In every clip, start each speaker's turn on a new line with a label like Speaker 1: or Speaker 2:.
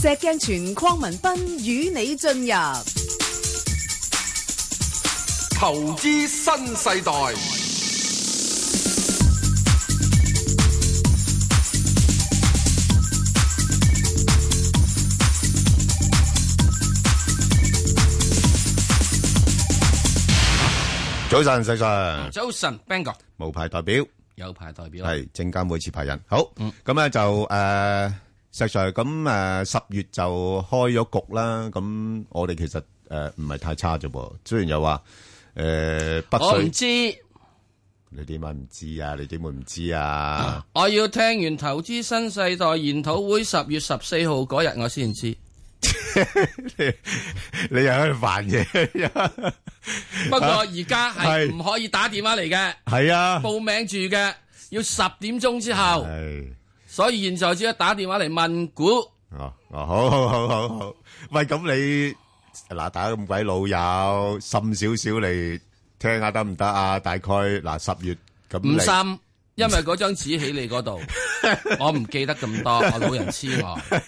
Speaker 1: 石鏡泉鄺民彬與你進入
Speaker 2: 投資新世代，
Speaker 3: 早晨，石 Sir，
Speaker 4: 早晨，Bang 哥，
Speaker 3: 無牌代表
Speaker 4: 有嗯牌代表
Speaker 3: 係證監會持牌人。好，咁咧就誒石 Sir，咁誒呃十月就開咗局啦。咁我哋其實誒唔係太差啫噃，雖然又話誒
Speaker 4: 我
Speaker 3: 北
Speaker 4: 唔
Speaker 3: 水，
Speaker 4: 知，
Speaker 3: 你點解唔知啊？你點會唔知啊？
Speaker 4: 我要聽完投資新世代研討會十月十四號嗰日，我先 知。
Speaker 3: 你又喺度扮 嘢，
Speaker 4: 不過而家係
Speaker 3: 係
Speaker 4: 唔可以打電話嚟嘅，
Speaker 3: 係啊，
Speaker 4: 報名住嘅，要十點鐘之後。
Speaker 3: 係。
Speaker 4: 所以現在只可以打電話嚟問股，
Speaker 3: 哦哦，好好好好好，喂，咁你嗱打咁鬼老友，深少少嚟聽下得唔得啊？大概嗱十月咁
Speaker 4: 唔
Speaker 3: 你
Speaker 4: 心，因為嗰張紙喺你嗰 度，我唔記得咁多，我老人痴呆，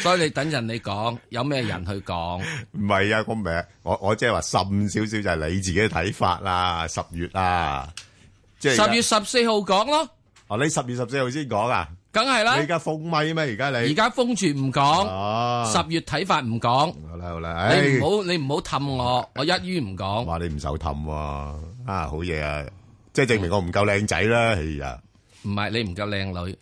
Speaker 4: 所以你等陣你講，有咩人去講？
Speaker 3: 唔係啊，我唔係，我我即係話深少少就係你自己嘅睇法啦。十月啊，即係
Speaker 4: 十月十四號講咯，
Speaker 3: 哦，你十月十四號先講啊？
Speaker 4: 梗係
Speaker 3: 你
Speaker 4: 啦
Speaker 3: 而。家封咪咩？而家
Speaker 4: 而
Speaker 3: 你
Speaker 4: 家封住唔講，
Speaker 3: 哦，
Speaker 4: 十月睇法唔講。
Speaker 3: 好啦好啦，唉
Speaker 4: 你唔好你唔好氹我，我一於唔講。
Speaker 3: 話你唔受氹喎，啊好嘢啊，即係證明我唔夠靚仔啦，哎呀！
Speaker 4: 唔係你唔夠靚 女，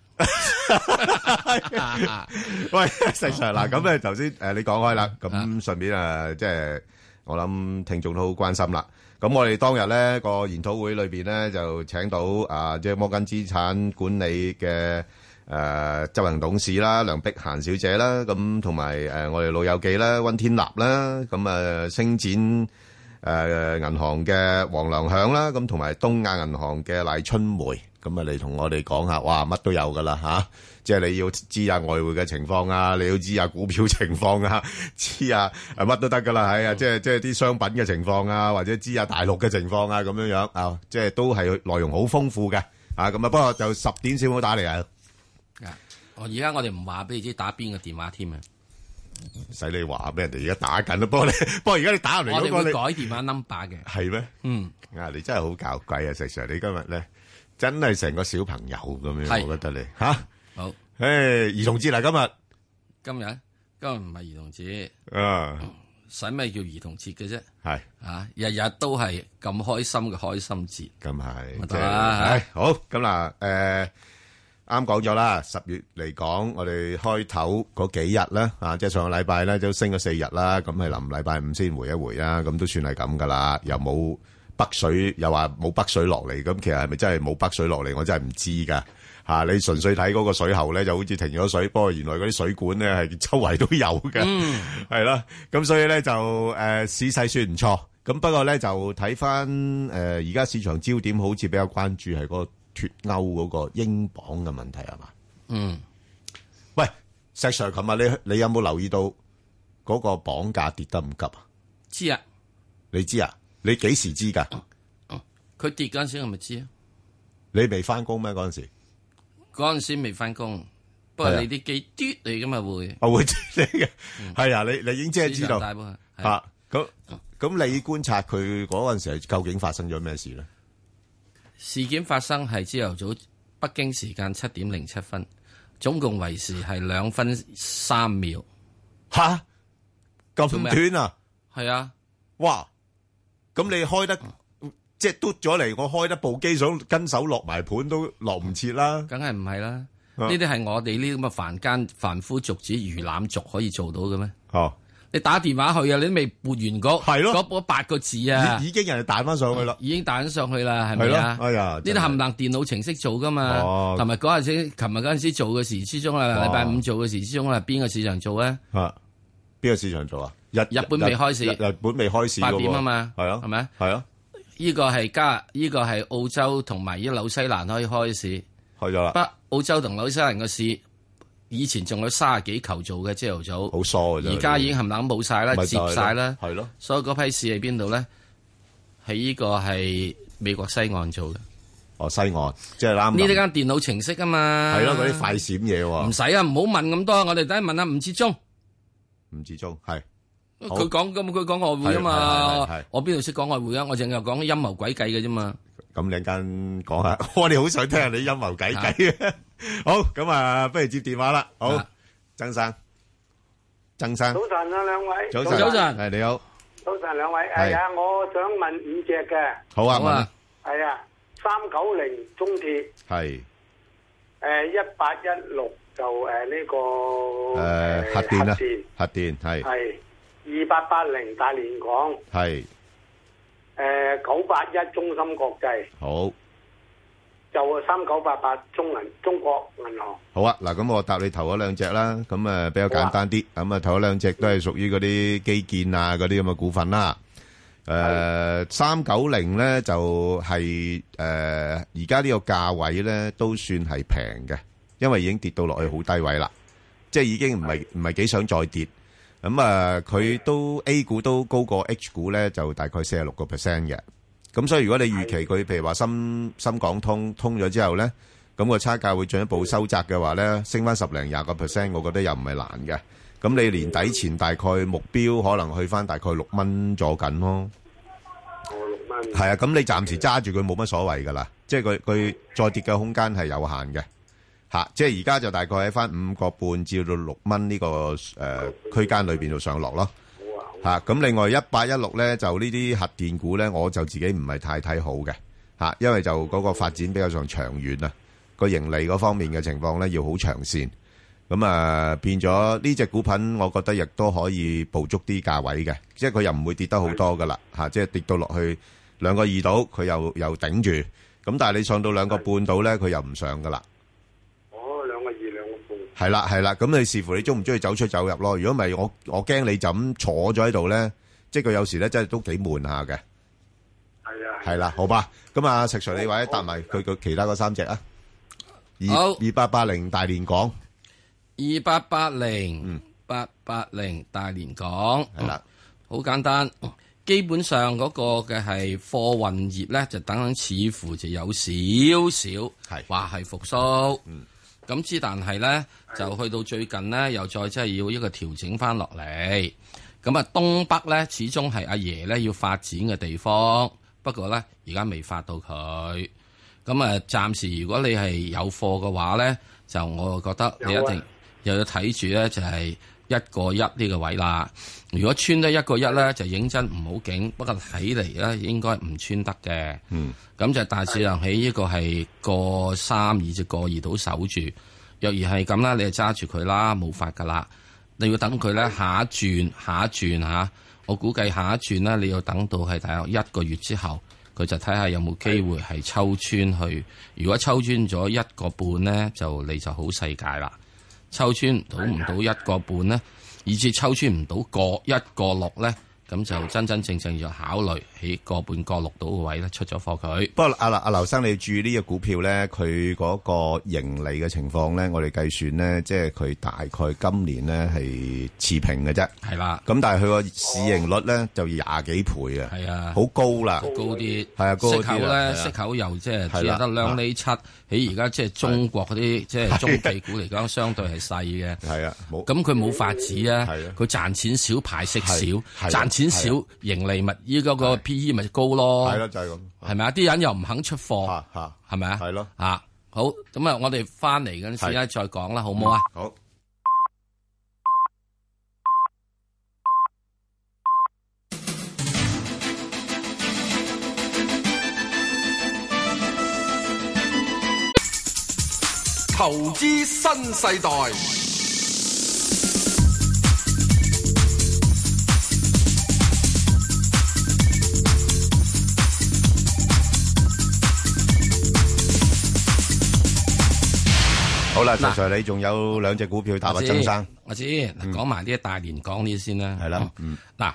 Speaker 3: 喂，石 Sir 嗱，咁咧頭先誒你講開啦，
Speaker 4: 啊
Speaker 3: 咁順便誒即係我諗聽眾都好關心啦。咁我哋當日咧個研討會裏邊咧就請到啊即係摩根資產管理嘅誒執行董事啦，梁碧嫻小姐啦，咁同埋誒我哋老友記啦，温天立啦，咁啊星展。誒銀行嘅黃良響啦，咁同埋東亞銀行嘅賴春梅，咁啊嚟同我哋講下，哇乜都有噶啦嚇，即係你要知下外匯嘅情況啊，你要知下股票情況啊， 知下誒乜都得噶啦，
Speaker 4: 嗯
Speaker 3: 係啊，即係即係啲商品嘅情況啊，或者知下大陸嘅情況啊，咁樣樣啊，即係都係內容好豐富嘅啊，咁啊不過就十點先好打嚟啊，
Speaker 4: 啊我而家我哋唔話俾你知打邊個電話添啊，
Speaker 3: 唔使你話俾人哋而家打緊啦，不過你 不過而家你打入嚟
Speaker 4: 我哋
Speaker 3: 嗰個
Speaker 4: 會
Speaker 3: 你
Speaker 4: 改電話 number 嘅。
Speaker 3: 係咩？
Speaker 4: 嗯，
Speaker 3: 啊！你真係好搞鬼啊，石 Sir！你今日咧真係成個小朋友咁
Speaker 4: 係
Speaker 3: 樣，我覺得你吓，
Speaker 4: 好，
Speaker 3: 誒，兒童節啦今日，
Speaker 4: 今日今日唔係兒童節，
Speaker 3: 啊，
Speaker 4: 嗯使咩叫兒童節嘅啫？
Speaker 3: 係
Speaker 4: 啊，日日都係咁開心嘅開心節。
Speaker 3: 咁係，
Speaker 4: 咪
Speaker 3: 即
Speaker 4: 得
Speaker 3: 係
Speaker 4: 啦
Speaker 3: 唉好咁嗱，誒，啱講咗啦，十月嚟講，我哋開頭嗰幾日啦，啊，即係上個禮拜咧都升咗四日啦，咁係臨禮拜五先回一回啦，咁都算係咁噶啦，又冇北水，又話冇北水落嚟，咁其實係咪真係冇北水落嚟？我真係唔知噶。嚇、你純粹睇嗰個水喉咧，就好似停咗水，不過原來嗰啲水管咧係周圍都有嘅，係啦、咁所以咧就誒、呃市勢算唔錯，咁不過咧就睇翻誒而家市場焦點好似比較關注係嗰個脱歐嗰個英鎊嘅問題係嘛？
Speaker 4: 嗯，
Speaker 3: 喂，石 Sir，琴日你你有冇留意到嗰個磅價跌得唔急啊？
Speaker 4: 知啊，
Speaker 3: 你知啊？你幾時知㗎？
Speaker 4: 佢跌嗰陣時我咪知啊，
Speaker 3: 你未翻工咩嗰陣時？
Speaker 4: 嗰陣時未翻工，不過
Speaker 3: 係啊
Speaker 4: 你啲機嘟嚟㗎嘛會，
Speaker 3: 我會知你嘅，
Speaker 4: 嗯
Speaker 3: 係啊，你你已經即係知道
Speaker 4: 市場。大部分係啊
Speaker 3: 吓咁咁，你觀察佢嗰陣時究竟發生咗咩事咧？
Speaker 4: 事件發生係朝頭早北京時間七點零七分，總共維持係兩分三秒。
Speaker 3: 吓
Speaker 4: 做咩
Speaker 3: 咁短啊！
Speaker 4: 係啊，
Speaker 3: 哇！咁你開得即係嘟咗嚟，我開得部機想跟手落埋盤都落唔切啦。
Speaker 4: 梗係唔係啦？
Speaker 3: 啊
Speaker 4: 呢啲係我哋呢啲咁嘅凡間凡夫俗子魚腩族可以做到嘅咩？
Speaker 3: 哦，
Speaker 4: 你打電話去啊，你都未撥完嗰
Speaker 3: 係咯
Speaker 4: 嗰嗰八個字啊，
Speaker 3: 已已經人哋彈翻上去啦。
Speaker 4: 已經打緊上去啦，係
Speaker 3: 係
Speaker 4: 咪啊
Speaker 3: 咯，？哎呀，
Speaker 4: 呢啲冚唪唥電腦程式做噶嘛
Speaker 3: 哦，
Speaker 4: 同埋嗰陣時，琴日嗰陣時做嘅時之中啦，
Speaker 3: 哦
Speaker 4: 禮拜五做嘅時之中啦，邊個市場做啊咧？
Speaker 3: 吓邊個市場做啊？日
Speaker 4: 日本未開市
Speaker 3: 日日本未開市
Speaker 4: 八
Speaker 3: 㗎喎
Speaker 4: 點啊嘛
Speaker 3: 係啊，
Speaker 4: 係咪
Speaker 3: 係啊，
Speaker 4: 呢個係加，呢個係澳洲同埋依紐西蘭可以開市。
Speaker 3: 開咗啦，
Speaker 4: 北澳洲同紐西蘭嘅市，以前仲有三十幾球做嘅朝頭早，
Speaker 3: 好疏嘅啫。
Speaker 4: 而家已經冚冷冇晒啦，
Speaker 3: 咪
Speaker 4: 接
Speaker 3: 就係咯
Speaker 4: 晒啦。
Speaker 3: 係咯，
Speaker 4: 所以嗰批市喺邊度咧？喺呢個係美國西岸做嘅。呢
Speaker 3: 哦西岸即係啱啱
Speaker 4: 啲間電腦程式啊嘛。
Speaker 3: 係咯，嗰啲快閃嘢喎。
Speaker 4: 唔使啊，唔好問咁多，我哋等下問下吳志忠。
Speaker 3: 吳志忠係好
Speaker 4: 佢講咁，佢講外匯啊
Speaker 3: 係係係係
Speaker 4: 嘛，我邊度識講外匯啊？我淨係講陰謀鬼計嘅啫嘛。
Speaker 3: 咁陣間講下， 我哋好想聽下你陰謀計計嘅。 好，咁啊，不如接電話啦。好
Speaker 4: 啊，
Speaker 3: 曾生，曾生，
Speaker 5: 早晨啊，兩位。
Speaker 3: 早
Speaker 4: 晨早晨
Speaker 3: 係你好，
Speaker 5: 早晨，兩位。
Speaker 3: 係
Speaker 5: 係啊，我想問五隻嘅，
Speaker 3: 好啊，
Speaker 4: 好啊，
Speaker 5: 係啊，三九零中鐵，
Speaker 3: 問係
Speaker 5: 誒一八一六就誒呢個
Speaker 3: 誒核電啊啦，核電係
Speaker 5: 係二八八零大連港，
Speaker 3: 係
Speaker 5: 誒九八一中芯國際，
Speaker 3: 好。
Speaker 5: 就三九八八中銀中國銀行。哦
Speaker 3: 好啊，嗱，咁我答你頭嗰兩隻啦，咁啊比較簡單啲，咁啊頭嗰兩隻都係屬於嗰啲基建啊嗰啲咁嘅股份啦。誒，三九零咧就係誒而家呢個價位咧都算係平嘅，因為已經跌到落去好低位啦，即係已經唔係唔係幾想再跌。咁啊，佢都 A 股都高過 H 股咧，就大概四十六個 percent 嘅。咁所以如果你預期佢譬如話深深港通通咗之後咧，咁個差價會進一步收窄嘅話咧，升翻十零廿個 percent，我覺得又唔係難嘅。咁你年底前大概目標可能去翻大概六蚊左緊咯。
Speaker 5: 我六蚊。
Speaker 3: 係啊，咁你暫時揸住佢冇乜所謂噶啦，即係佢佢再跌嘅空間係有限嘅嚇、即係而家就大概喺翻五個半至到六蚊呢個誒、呃、區間裏邊度上落咯。
Speaker 5: 好啊，
Speaker 3: 吓咁、另外一八一六咧就呢啲核電股咧，我就自己唔係太睇好嘅吓、因為就嗰個發展比較上長遠啊，個盈利嗰方面嘅情況咧要好長線。咁啊，變咗呢只股份，我覺得亦都可以捕捉啲價位嘅，即係佢又唔會跌得好多噶啦吓，即係跌到落去兩個二度，佢又又頂住。咁但係你上到兩個半度咧，佢又唔上噶啦。
Speaker 5: 我哦兩個二兩個半。
Speaker 3: 系啦，系啦，咁你視乎你中唔中意走出走入咯。如果唔係，我我惊你就咁坐咗喺度咧，即係佢有時咧真係都幾悶下嘅。
Speaker 5: 係啊。
Speaker 3: 係啦，好吧。咁啊，石 Sir 你或者搭埋佢佢其他嗰三隻啊，二
Speaker 4: 好
Speaker 3: 二八八零大連港
Speaker 4: 二八八零
Speaker 3: 嗯
Speaker 4: 八八零大連港
Speaker 3: 係啦，
Speaker 4: 好簡單。基本上嗰個嘅係貨運業咧，就等等似乎就有少少
Speaker 3: 係嗯
Speaker 4: 話係復甦。咁之但係咧，就去到最近咧，又再即係要一個調整翻落嚟。咁啊，東北咧始終係阿爺咧要發展嘅地方，不過咧而家未發到佢。咁啊，暫時如果你係有貨嘅話咧，就我覺得你一定又要睇住咧，就係一個一呢個位啦。如果穿得一個一咧，就認真唔好勁。不過睇嚟咧，應該唔穿得嘅。
Speaker 3: 嗯，
Speaker 4: 咁就大致上喺呢個係個三二至個二度守住。若然係咁啦，你就揸住佢啦，冇法噶啦。你要等佢咧下一轉，下一轉嚇、我估計下一轉咧，你要等到係大約一個月之後，佢就睇下有冇機會係抽穿去。如果抽穿咗一個半咧，就你就好世界啦。抽穿唔到唔到一個半咧，以至抽穿唔到個一個六咧，咁就真真正正要考慮喺個半個六到嘅位咧出咗貨佢。
Speaker 3: 不過阿阿劉生，你注意呢只股票咧，佢嗰個盈利嘅情況咧，我哋計算咧，即係佢大概今年咧係持平嘅啫。
Speaker 4: 係啦，
Speaker 3: 咁但係佢個市盈率咧就廿幾倍啊，
Speaker 4: 係啊，
Speaker 3: 好高啦。
Speaker 4: 高啲，
Speaker 3: 係啊高啲
Speaker 4: 息口
Speaker 3: 啦係啊
Speaker 4: 咧，息口又即係只
Speaker 3: 係啦
Speaker 4: 係得兩厘七，喺而家即係中國嗰啲即係中地股嚟講，相對係細嘅。
Speaker 3: 係啊，冇
Speaker 4: 咁佢冇法子啊
Speaker 3: 係啊！
Speaker 4: 佢賺錢少，派息
Speaker 3: 係
Speaker 4: 少，
Speaker 3: 係啊
Speaker 4: 賺錢少，盈利咪依家個 P E 咪高咯
Speaker 3: 係，咯，就係咁。
Speaker 4: 係咪啊？啲人又唔肯出貨，
Speaker 3: 嚇嚇
Speaker 4: 係咪啊？
Speaker 3: 係咯，
Speaker 4: 啊，好，咁啊，我哋翻嚟嗰陣時咧再講啦，好唔好啊？
Speaker 3: 好。
Speaker 2: 投資新世代，
Speaker 3: 好啦，石 Sir，你仲有兩隻股票答啊，曾生，
Speaker 4: 我知，講埋呢一大連港呢啲先啦。
Speaker 3: 嗯係啦
Speaker 4: 嗯，嗱，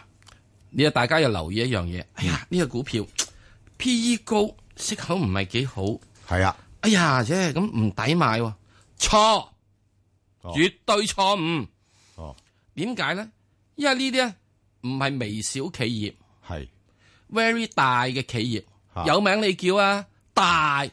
Speaker 4: 呢個大家要留意一樣嘢。哎
Speaker 3: 嗯
Speaker 4: 呀，呢個股票 P E 高，息口唔係幾好。
Speaker 3: 係啊，
Speaker 4: 哎呀，即係咁唔抵買喎，錯，
Speaker 3: 哦
Speaker 4: 絕對錯誤。
Speaker 3: 哦，
Speaker 4: 點解咧？因為呢啲咧唔係微小企業
Speaker 3: 係
Speaker 4: ，very 大嘅企
Speaker 3: 嚇
Speaker 4: 業，有名你叫啊，大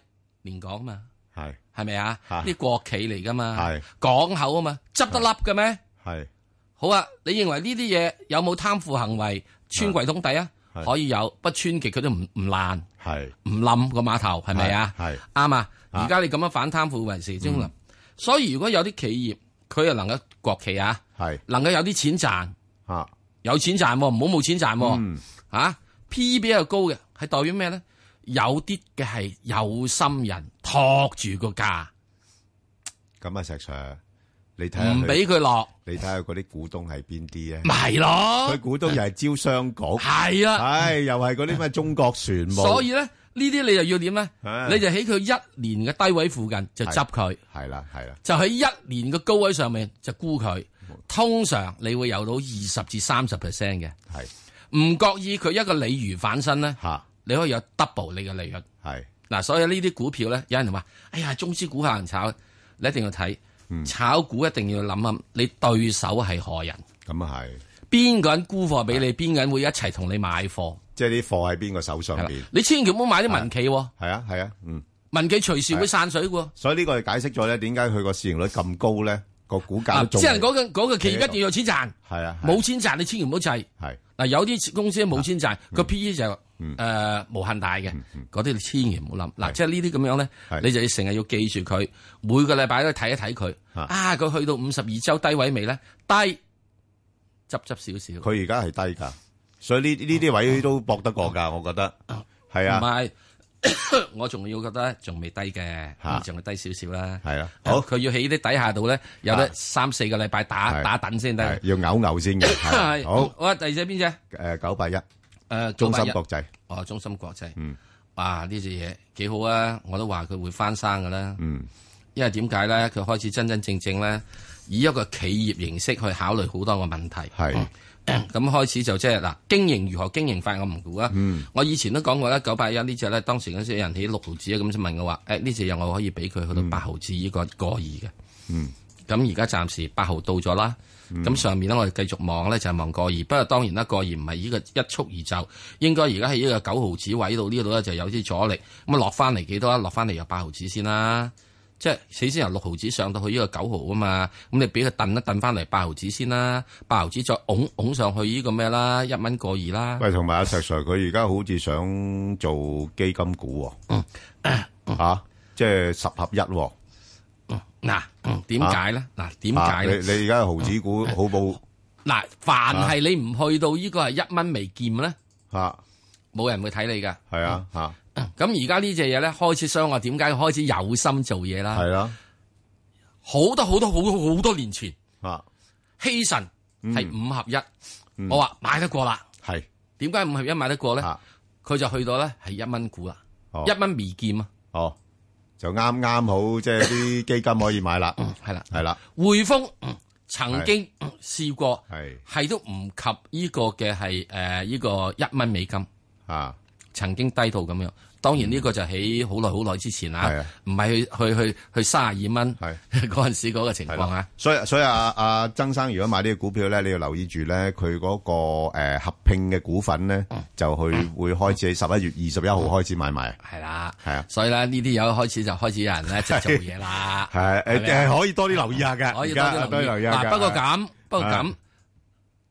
Speaker 4: 連港嘛。
Speaker 3: 係
Speaker 4: 系咪啊？
Speaker 3: 嚇
Speaker 4: 啲國企嚟噶嘛
Speaker 3: 係，
Speaker 4: 港口啊嘛，執得笠嘅咩？
Speaker 3: 係
Speaker 4: 好啊，你認為呢啲嘢有冇貪腐行為？穿櫃桶底啊，
Speaker 3: 係
Speaker 4: 可以有，不穿極佢都唔唔爛
Speaker 3: 係
Speaker 4: 唔冧個碼頭，係咪啊？
Speaker 3: 係係
Speaker 4: 啱啊！
Speaker 3: 啊嗯
Speaker 4: 而家你咁樣反貪腐為時中林，所以如果有啲企業佢又能夠國企啊，
Speaker 3: 係
Speaker 4: 能夠有啲錢賺，
Speaker 3: 啊，
Speaker 4: 有錢賺喎，唔好冇錢賺
Speaker 3: 嗯
Speaker 4: 喎。啊，P E 比較高嘅係代表咩咧？有啲嘅係有心人托住個價，
Speaker 3: 咁啊，石 Sir，你睇下
Speaker 4: 唔
Speaker 3: 佢
Speaker 4: 俾佢落，
Speaker 3: 你睇下嗰啲股東係邊啲咧？
Speaker 4: 咪係咯
Speaker 3: 佢，股東又係招商 局，
Speaker 4: 係啦。
Speaker 3: 唉，又係嗰啲咩中國船務，
Speaker 4: 所以咧，呢啲你又要點咧
Speaker 3: 唉？
Speaker 4: 你就喺佢一年嘅低位附近就執佢，
Speaker 3: 係啦係啦，
Speaker 4: 就喺一年嘅高位上面就沽佢。通常你會有到二十至三十 percent 嘅，
Speaker 3: 係
Speaker 4: 唔覺意佢一個鯉魚反身咧，
Speaker 3: 吓
Speaker 4: 你可以有 double 你嘅利潤。
Speaker 3: 係
Speaker 4: 嗱，所以呢啲股票咧，有人話：哎呀，中資股有人炒，你一定要睇。
Speaker 3: 嗯
Speaker 4: 炒股一定要諗諗，你對手係何人？
Speaker 3: 咁啊係，
Speaker 4: 邊個人沽貨俾你？邊個人會一齊同你買貨？
Speaker 3: 即係啲貨喺邊個手上
Speaker 4: 係
Speaker 3: 邊
Speaker 4: 啦，，你千祈唔好買啲民企喎，
Speaker 3: 係啊係啊，嗯，
Speaker 4: 民企隨時會散水嘅喎。
Speaker 3: 所以呢個就解釋咗咧，點解佢個市盈率咁高咧？個股
Speaker 4: 啊
Speaker 3: 價都仲
Speaker 4: 即係嗰個嗰個企業一定要有錢賺，
Speaker 3: 係啊，係
Speaker 4: 冇錢賺你千祈唔好制。
Speaker 3: 係
Speaker 4: 嗱，有啲公司冇錢賺，個 P E 就
Speaker 3: 嗯
Speaker 4: 誒無限大嘅，嗰啲你千祈唔好諗。嗱，
Speaker 3: 係
Speaker 4: 即係呢啲咁樣咧
Speaker 3: 係，
Speaker 4: 你就要成日要記住佢，每個禮拜都睇一睇佢。
Speaker 3: 啊
Speaker 4: 啊，佢去到五十二周低位未咧？低執執少少，
Speaker 3: 佢而家係低㗎，所以呢呢啲位都搏得過㗎，我覺得係
Speaker 4: 哦唔
Speaker 3: 啊
Speaker 4: 係 我仲要覺得仲未低嘅
Speaker 3: 嚇，
Speaker 4: 仲係低少少啦。
Speaker 3: 係啊，好
Speaker 4: 佢要喺啲底下度咧，有得
Speaker 3: 啊
Speaker 4: 三四個禮拜
Speaker 3: 係
Speaker 4: 打打等先
Speaker 3: 係
Speaker 4: 得。
Speaker 3: 要嘔 嘔先嘅，係
Speaker 4: 係
Speaker 3: 好
Speaker 4: 好啊！第二隻呃邊只？
Speaker 3: 誒九八一
Speaker 4: 誒，
Speaker 3: 中
Speaker 4: 981
Speaker 3: 芯國際，
Speaker 4: 哦，中心國際，
Speaker 3: 嗯
Speaker 4: 哇！呢只嘢幾好啊！我都話佢會翻生噶啦，
Speaker 3: 嗯
Speaker 4: 因為點解咧？佢開始真真正正咧，以一個企業形式去考慮好多個問題。
Speaker 3: 係
Speaker 4: 嗯咁開始就即係嗱，經營如何經營法我唔估啊。
Speaker 3: 嗯
Speaker 4: 我以前都講過啦，九八一呢只咧，當時嗰時有人起六毫子啊，咁就問我話：誒呢只嘢我可以俾佢去到八毫子呢個過二嘅。
Speaker 3: 嗯。
Speaker 4: 咁而家暫時八毫到咗啦，咁上面咧我哋繼續望咧就係望過二，不過當然啦，過二唔係呢個一蹴而就，應該而家喺呢個九毫子位度呢度咧就有啲阻力，咁啊落翻嚟幾多啊？落翻嚟由八毫子先啦，即係死先由六毫子上到去呢個九毫啊嘛，咁你俾佢掟一掟翻嚟八毫子先啦，八毫子再拱拱上去呢個咩啦，一蚊過二啦，
Speaker 3: 喂，同埋阿石 Sir 佢而家好似想做基金股喎，
Speaker 4: 嗯
Speaker 3: 吓，即係十合一喎。
Speaker 4: 嗱嗯點解咧？嗱點解
Speaker 3: 啊
Speaker 4: 咧嗯
Speaker 3: 你？啊你而家毫子股好冇
Speaker 4: 嗱，凡係你唔去到呢個係一蚊未見咧，
Speaker 3: 吓，
Speaker 4: 冇人會睇你㗎。
Speaker 3: 啊係啊
Speaker 4: 嗯
Speaker 3: 吓，
Speaker 4: 咁而家呢只嘢咧，開始相我點解開始有心做嘢
Speaker 3: 係
Speaker 4: 啦？
Speaker 3: 啦
Speaker 4: 好多好多好多好多年前，
Speaker 3: 吓，
Speaker 4: 希神係五合一，
Speaker 3: 嗯
Speaker 4: 我話買得過啦。
Speaker 3: 係啊
Speaker 4: 點解五合一買得過咧？
Speaker 3: 吓，
Speaker 4: 佢就去到咧係一蚊股啦，
Speaker 3: 哦
Speaker 4: 一蚊未見啊，
Speaker 3: 哦，就啱啱好，即係啲基金可以買啦，
Speaker 4: 係啦。
Speaker 3: 係啦，
Speaker 4: 匯豐嗯曾經嗯試過
Speaker 3: 係
Speaker 4: 係都唔及呢個嘅係誒呢個一蚊美金，
Speaker 3: 啊，
Speaker 4: 曾經低到咁樣。當然呢個就喺好耐好耐之前
Speaker 3: 嗯係
Speaker 4: 啊
Speaker 3: 啊，
Speaker 4: 唔係去去去去三十二蚊
Speaker 3: 係
Speaker 4: 嗰陣時嗰個情
Speaker 3: 係
Speaker 4: 況
Speaker 3: 啦
Speaker 4: 啊。。
Speaker 3: 所以所以阿阿曾生如果買呢個股票咧，你要留意住咧，佢嗰個誒合併嘅股份咧，就去會開始喺十一月二十一號開始買賣。
Speaker 4: 系啦，
Speaker 3: 係啊
Speaker 4: 所以咧呢啲有開始就開始有人 咧就做嘢啦，係
Speaker 3: 係
Speaker 4: 咪啊
Speaker 3: 誒誒，可以多啲留意下嘅，
Speaker 4: 可以多
Speaker 3: 而家
Speaker 4: 啲留意。
Speaker 3: 下
Speaker 4: 嗱，
Speaker 3: 㗎
Speaker 4: 不過咁，不過
Speaker 3: 係
Speaker 4: 咁，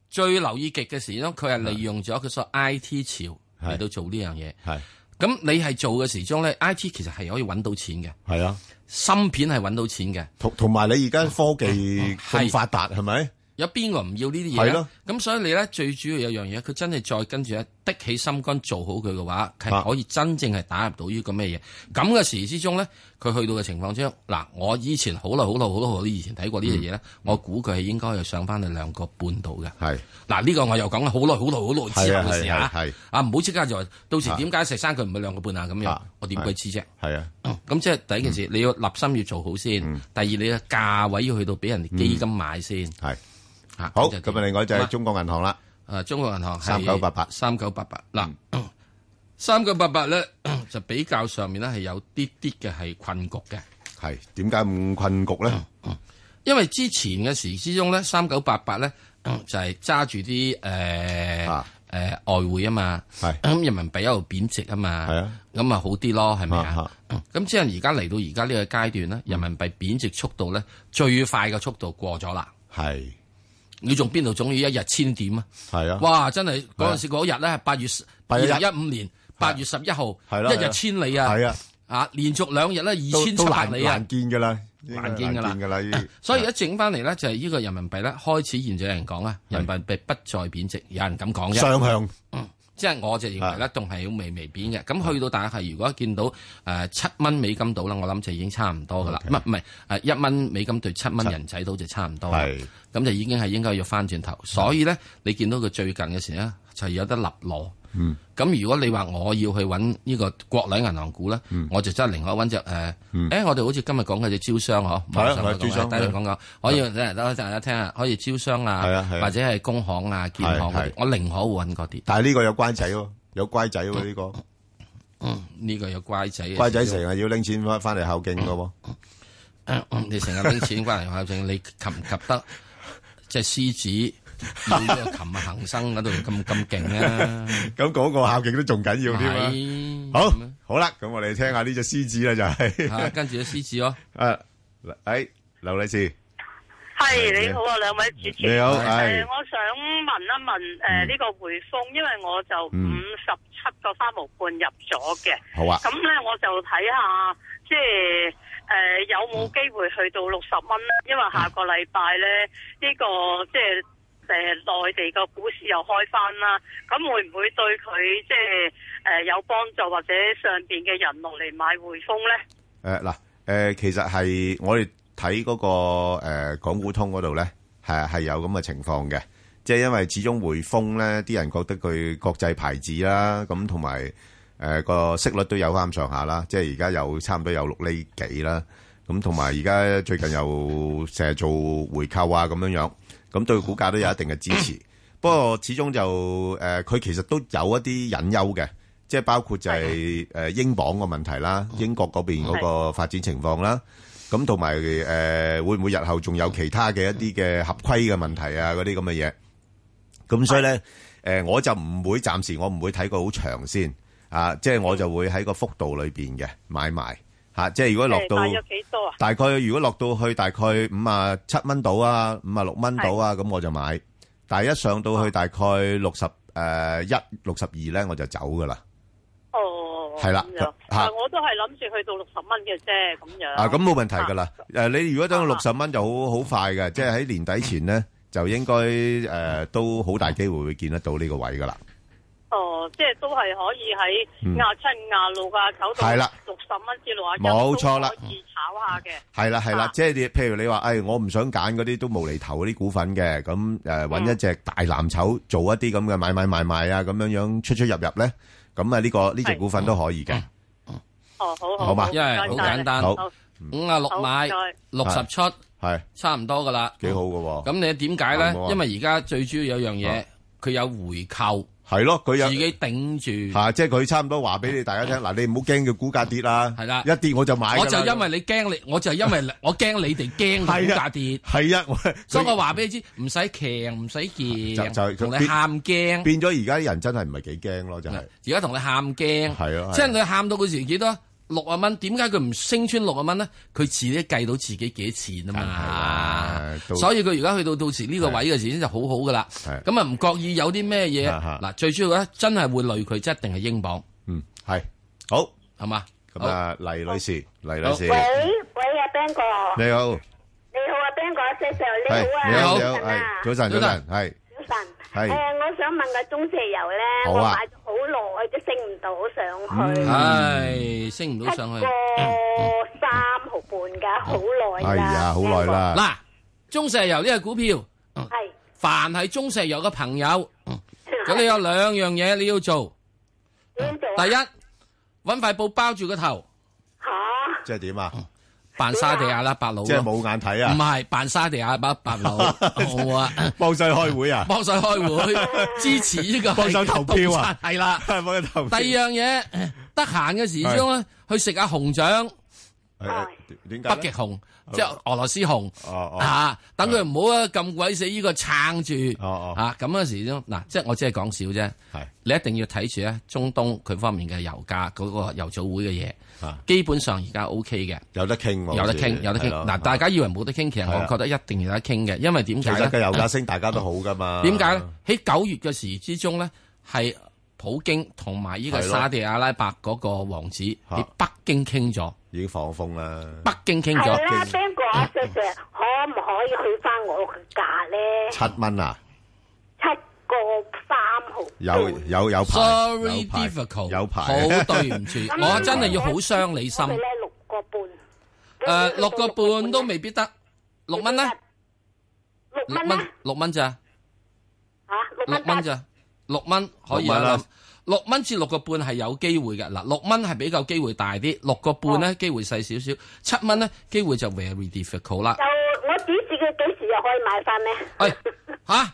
Speaker 4: 最留意極嘅時鐘，佢係利用咗佢所 I T 潮
Speaker 3: 啊係
Speaker 4: 嚟到做呢樣嘢。
Speaker 3: 係
Speaker 4: 咁你係做嘅時鐘咧，I T 其實係可以揾到錢嘅，
Speaker 3: 係啊。
Speaker 4: 芯片係揾到錢嘅。
Speaker 3: 同同埋你而家科技咁
Speaker 4: 係
Speaker 3: 發達係咪？
Speaker 4: 有邊個唔要呢啲
Speaker 3: 係
Speaker 4: 嘢
Speaker 3: 咯
Speaker 4: 呢？咁所以你咧最主要有樣嘢，佢真係再跟住咧，的起心肝做好佢嘅話，
Speaker 3: 啊
Speaker 4: 係可以真正係打入到呢個咩嘢。咁嘅時之中咧，佢去到嘅情況之中，嗱，我以前好耐好耐好耐好耐以前睇過呢樣嘢咧，
Speaker 3: 嗯
Speaker 4: 我估佢係應該係上翻去兩個半度嘅。
Speaker 3: 係
Speaker 4: 嗱，呢個我又講咗好耐好耐好耐之
Speaker 3: 係啊
Speaker 4: 後嘅事
Speaker 3: 係啊
Speaker 4: 啊
Speaker 3: 係，
Speaker 4: 啊唔好即刻就話，到時
Speaker 3: 啊
Speaker 4: 點解石生佢唔係兩個半啊咁樣
Speaker 3: 啊，嗯
Speaker 4: 我點鬼知啫？嗯
Speaker 3: 係啊，
Speaker 4: 咁即係第一件事，你要立心要做好先，
Speaker 3: 嗯
Speaker 4: 第二你嘅價位要去到俾人哋基金買先。
Speaker 3: 係
Speaker 4: 嚇
Speaker 3: 好。
Speaker 4: 就點
Speaker 3: 咁啊，另外就係
Speaker 4: 啊
Speaker 3: 中國銀行啦，
Speaker 4: 誒中國銀行
Speaker 3: 3988
Speaker 4: 三九八八
Speaker 3: 嗯
Speaker 4: 嗱， 三九八八咧 就比較上面咧係有啲啲嘅係困局嘅，
Speaker 3: 係點解咁困局咧？
Speaker 4: 因為之前嘅時之中咧，三九八八咧 就係揸住啲誒
Speaker 3: 啊
Speaker 4: 誒外匯啊嘛，
Speaker 3: 係
Speaker 4: 咁人民幣一路貶值啊嘛，
Speaker 3: 係啊，
Speaker 4: 咁啊好啲咯，係咪
Speaker 3: 啊嗯
Speaker 4: 啊？咁即係而家嚟到而家呢個階段咧，人民幣貶值速度咧最快嘅速度過咗啦。
Speaker 3: 係
Speaker 4: 你仲邊度總要一日千點啊？
Speaker 3: 係啊，
Speaker 4: 哇！真係嗰陣時嗰日咧，八月
Speaker 3: 八
Speaker 4: 二
Speaker 3: 月一啊
Speaker 4: 零一五年八月十一號，
Speaker 3: 係啦
Speaker 4: 一日千里啊！
Speaker 3: 係啊，
Speaker 4: 啊，連續兩日咧二
Speaker 3: 都
Speaker 4: 千七
Speaker 3: 都
Speaker 4: 百
Speaker 3: 難
Speaker 4: 里啊！
Speaker 3: 難見㗎啦，
Speaker 4: 難見㗎啦
Speaker 3: 難見㗎啊啦，呢
Speaker 4: 所以一整翻嚟咧，就係呢個人民幣咧開始現在有人講啊，人民幣不再貶值，有人咁講啫。
Speaker 3: 雙向
Speaker 4: 即係我就認為咧，仲係好微微貶嘅。咁去到大概如果見到誒七蚊美金到啦，我諗就已經差唔多噶啦。唔
Speaker 3: OK
Speaker 4: 係唔係誒一蚊美金對七蚊人仔到就差唔多啦。
Speaker 3: 係
Speaker 4: 咁就已經係應該要翻轉
Speaker 3: 嗯
Speaker 4: 頭。所以咧，你見到佢最近嘅時咧，就有得立落。
Speaker 3: 嗯
Speaker 4: 咁如果你話我要去揾呢個國內銀行股咧，
Speaker 3: 嗯
Speaker 4: 我就真係另外揾只誒，誒我哋好似今日講嘅只招商嗬，
Speaker 3: 係啊
Speaker 4: 網上嘅
Speaker 3: 係招商
Speaker 4: 講嘅低講講，可以等大家聽下，可以招商
Speaker 3: 係啊係
Speaker 4: 啊，
Speaker 3: 啊
Speaker 4: 或者係工行啊、建行嗰
Speaker 3: 係
Speaker 4: 啲
Speaker 3: 係，
Speaker 4: 我寧可揾嗰啲。
Speaker 3: 但係呢個有乖仔喎，有乖仔喎呢個。
Speaker 4: 嗯，呢個有乖仔嘅
Speaker 3: 乖仔成日要拎錢翻翻嚟孝敬噶喎，
Speaker 4: 嗯嗯你成日拎錢翻嚟考證，你及唔及 得即係獅子要呢個琴日恒生嗰度咁咁勁啊？
Speaker 3: 咁嗰個孝敬都仲緊要添啊！
Speaker 4: 係
Speaker 3: 好
Speaker 4: 咁，
Speaker 3: 好啦，嗯咁我哋聽下呢只獅子啦，就係
Speaker 4: 樣啊跟住個獅子咯，
Speaker 3: 啊，誒，劉女士，
Speaker 6: 系你好啊，兩位主持。
Speaker 3: 你好哎
Speaker 6: 誒
Speaker 3: 係
Speaker 6: 我想問一問诶呢個匯豐，因為我就五
Speaker 3: 嗯
Speaker 6: 十七個三毫半入咗嘅，
Speaker 3: 好啊，
Speaker 6: 咁咧我就睇下即係诶有冇機會去到六十蚊咧？因為下個禮拜咧呢個即係诶內地個股市又開翻啦，咁會唔會對佢即係诶有幫助，或者上边嘅人落嚟買匯豐咧？
Speaker 3: 誒呃嗱，誒其實係我哋睇嗰個誒港股通嗰度咧，係係有咁嘅情況嘅，即係因為始終匯豐咧，啲人覺得佢國際牌子啦，咁同埋誒個息率都有翻上下啦，即係而家有差唔多有六厘幾啦，咁同埋而家最近又成日做回購啊咁樣樣，咁對股價都有一定嘅支持。不過始終就誒，佢、其實都有一啲隱憂嘅，即係包括就係誒英鎊嘅問題啦，英國嗰邊嗰個發展情況啦，咁同埋誒會唔會日後仲有其他嘅一啲嘅合規嘅問題啊嗰啲咁嘅嘢，咁所以咧誒、我就唔會暫時我唔會睇佢好長先啊，即係我就會喺個幅度裏邊嘅買賣嚇、啊即係如果落
Speaker 6: 誒
Speaker 3: 到。
Speaker 6: 大約幾多啊？
Speaker 3: 大概如果落到去大概五啊七蚊到啊，五啊六蚊到啊，咁我就買。但係一上到
Speaker 6: 哦
Speaker 3: 去大概六十誒一六十二咧，我就走噶啦。
Speaker 6: 哦，
Speaker 3: 係啦
Speaker 6: 咁樣
Speaker 3: 嚇
Speaker 6: 啊我都係諗住去到六十蚊嘅啫，咁樣。
Speaker 3: 啊，咁冇問題噶啦。誒，你如果等六
Speaker 6: 啊嗯
Speaker 3: 十蚊就好好快嘅，即係喺年底前咧，就應該誒都好大機會會見得到呢個位噶啦。
Speaker 6: 哦，即係都係可以喺
Speaker 3: 嗯
Speaker 6: 廿七、廿六啊，九到
Speaker 3: 係啦
Speaker 6: 六十蚊至六啊，
Speaker 3: 冇錯啦
Speaker 6: 可以炒下嘅。
Speaker 3: 係啦係啦
Speaker 6: 啊，
Speaker 3: 即係你譬如你話，誒我唔想揀嗰啲都無厘頭嗰啲股份嘅，咁誒揾一
Speaker 6: 嗯
Speaker 3: 隻大藍籌做一啲咁嘅買買賣賣啊，咁樣樣出出入入咧，咁啊呢個呢只
Speaker 6: 係嗯
Speaker 3: 股份都可以嘅。
Speaker 6: 哦，好
Speaker 3: 好
Speaker 6: 好
Speaker 3: 嘛
Speaker 6: 好，
Speaker 4: 因為好
Speaker 6: 唔該晒
Speaker 4: 簡單，
Speaker 3: 好
Speaker 4: 五啊六
Speaker 6: 好
Speaker 4: 買
Speaker 6: 唔該
Speaker 4: 六十出，
Speaker 3: 係
Speaker 4: 差唔多噶啦。
Speaker 3: 幾好嘅喎。
Speaker 4: 咁你點解咧
Speaker 3: 啱喎？
Speaker 4: 因為而家最主要有樣嘢，佢有回購，
Speaker 3: 係咯，佢有
Speaker 4: 自己頂住。
Speaker 3: 嚇，即係佢差唔多話俾你大家聽，嗱，你唔好驚佢股價跌啊，
Speaker 4: 係啦。
Speaker 3: 一跌我就買㗎啦。
Speaker 4: 我就因為你驚你，我就因為你我驚你哋驚個股
Speaker 3: 係啊
Speaker 4: 價跌，
Speaker 3: 係啊，我-
Speaker 4: 所以
Speaker 3: 佢-
Speaker 4: 我話俾你知，唔使騎，唔使
Speaker 3: 就就係
Speaker 4: 驚，
Speaker 3: 佢
Speaker 4: 同你
Speaker 3: 變
Speaker 4: 喊驚。
Speaker 3: 變咗而家啲人真係唔係幾驚咯，就係。
Speaker 4: 而家同你喊驚，
Speaker 3: 係啊係啊
Speaker 4: 即係你喊到嗰時幾多六啊蚊？點解佢唔升穿六啊蚊咧？佢自己計到自己幾錢啊
Speaker 3: 梗係啦
Speaker 4: 嘛
Speaker 3: 都，
Speaker 4: 所以佢而家去到到時呢個位嘅時先就好好噶啦。
Speaker 3: 係
Speaker 4: 咁啊唔覺意有啲咩嘢
Speaker 3: 啊啊
Speaker 4: 嗱，最主要咧真係會累佢，即係一定係英鎊
Speaker 3: 嗯，係。好，咁啊，
Speaker 4: 係嘛？好
Speaker 3: 黎女士，黎女士，
Speaker 7: 喂喂啊，Ben 哥，
Speaker 3: 你好。
Speaker 7: 你好啊，Ben 哥，石 Sir，你好啊，
Speaker 3: 係，你
Speaker 4: 好
Speaker 3: 好，你好，
Speaker 7: 晨啊，
Speaker 3: 係，早晨，
Speaker 4: 早晨。
Speaker 3: 早晨，係，
Speaker 7: 早晨。
Speaker 3: 係
Speaker 7: 誒，我想問個中石油咧，
Speaker 3: 好
Speaker 7: 我
Speaker 3: 啊
Speaker 7: 買咗好耐都升唔到上去，
Speaker 4: 唉，升唔到
Speaker 7: 七
Speaker 4: 上去
Speaker 7: 個三毫半㗎，好耐啦，
Speaker 3: 哎呀，好耐啦。
Speaker 4: 嗱。中石油呢個股票，
Speaker 7: Ben 哥，係
Speaker 4: 凡係中石油嘅朋友，咁你有兩樣嘢你要做。
Speaker 7: 點做啊？
Speaker 4: 第一，揾塊布包住個頭，
Speaker 7: 嚇，
Speaker 3: 即係點啊？
Speaker 4: 扮沙地亞啦，白佬咯。
Speaker 3: 即係冇眼睇啊？
Speaker 4: 唔係扮沙地啊亞白白佬， 好啊，
Speaker 3: 幫手開會啊？
Speaker 4: 幫手開 會，支持呢個
Speaker 3: 幫手投票啊，
Speaker 4: 係啦。
Speaker 3: 幫佢投票。
Speaker 4: 啊第二樣嘢，得閒嘅時鐘咧，去食下紅掌，
Speaker 3: 係啊點解
Speaker 4: 北
Speaker 3: 咧？
Speaker 4: 極熊，即係俄羅斯熊
Speaker 3: 哦哦
Speaker 4: 啊！等佢唔好啊咁鬼死呢個撐住
Speaker 3: 哦哦
Speaker 4: 啊！咁嗰時都嗱，即係我只係講少啫。
Speaker 3: 係
Speaker 4: 你一定要睇住咧，中東佢方面嘅油價嗰個油組會嘅嘢
Speaker 3: 啊，
Speaker 4: 基本上而家 O K 嘅，
Speaker 3: 有得傾
Speaker 4: 有
Speaker 3: 喎，
Speaker 4: 得
Speaker 3: 好似
Speaker 4: 傾，有得傾。
Speaker 3: 係咯
Speaker 4: 嗱，大家以為冇得傾，其實
Speaker 3: 係啊
Speaker 4: 我覺得一定有得傾嘅，因為點
Speaker 3: 其
Speaker 4: 解
Speaker 3: 實個
Speaker 4: 咧？
Speaker 3: 油價升，大家都好噶嘛。
Speaker 4: 點解咧？喺九月嘅時之中咧，係普京同埋呢個
Speaker 3: 係咯
Speaker 4: 沙地阿拉伯嗰個王子
Speaker 3: 嚇
Speaker 4: 喺北京傾咗，
Speaker 3: 已經放風啦，
Speaker 4: 北京傾
Speaker 7: 係
Speaker 4: 咗
Speaker 7: 啦，Ben 哥啊石 Sir，可唔可以去翻我嘅價咧？
Speaker 3: 七蚊啊，
Speaker 7: 七個三毫
Speaker 3: 有
Speaker 7: 半
Speaker 3: 有有排
Speaker 4: ，sorry
Speaker 3: 有排
Speaker 4: difficult，
Speaker 3: 有排
Speaker 4: 好對唔住，
Speaker 7: 咁
Speaker 4: 我真係要好傷你心
Speaker 7: 我。哋咧六個半。
Speaker 4: 誒，六個半都未必得，六蚊啦，
Speaker 7: 六
Speaker 4: 六
Speaker 7: 蚊
Speaker 4: 蚊
Speaker 7: 啦，
Speaker 4: 六蚊咋？六
Speaker 7: 嚇六蚊
Speaker 4: 蚊
Speaker 7: 得
Speaker 4: 咋？六蚊可以
Speaker 3: 六蚊啦
Speaker 4: 啦。六蚊至六個半係有機會嘅，嗱六蚊係比較機會大啲，六個半咧機會細少少，七蚊咧機會就 very difficult 啦。
Speaker 7: 就我指示佢幾時又可以買翻咧？
Speaker 4: 喂，吓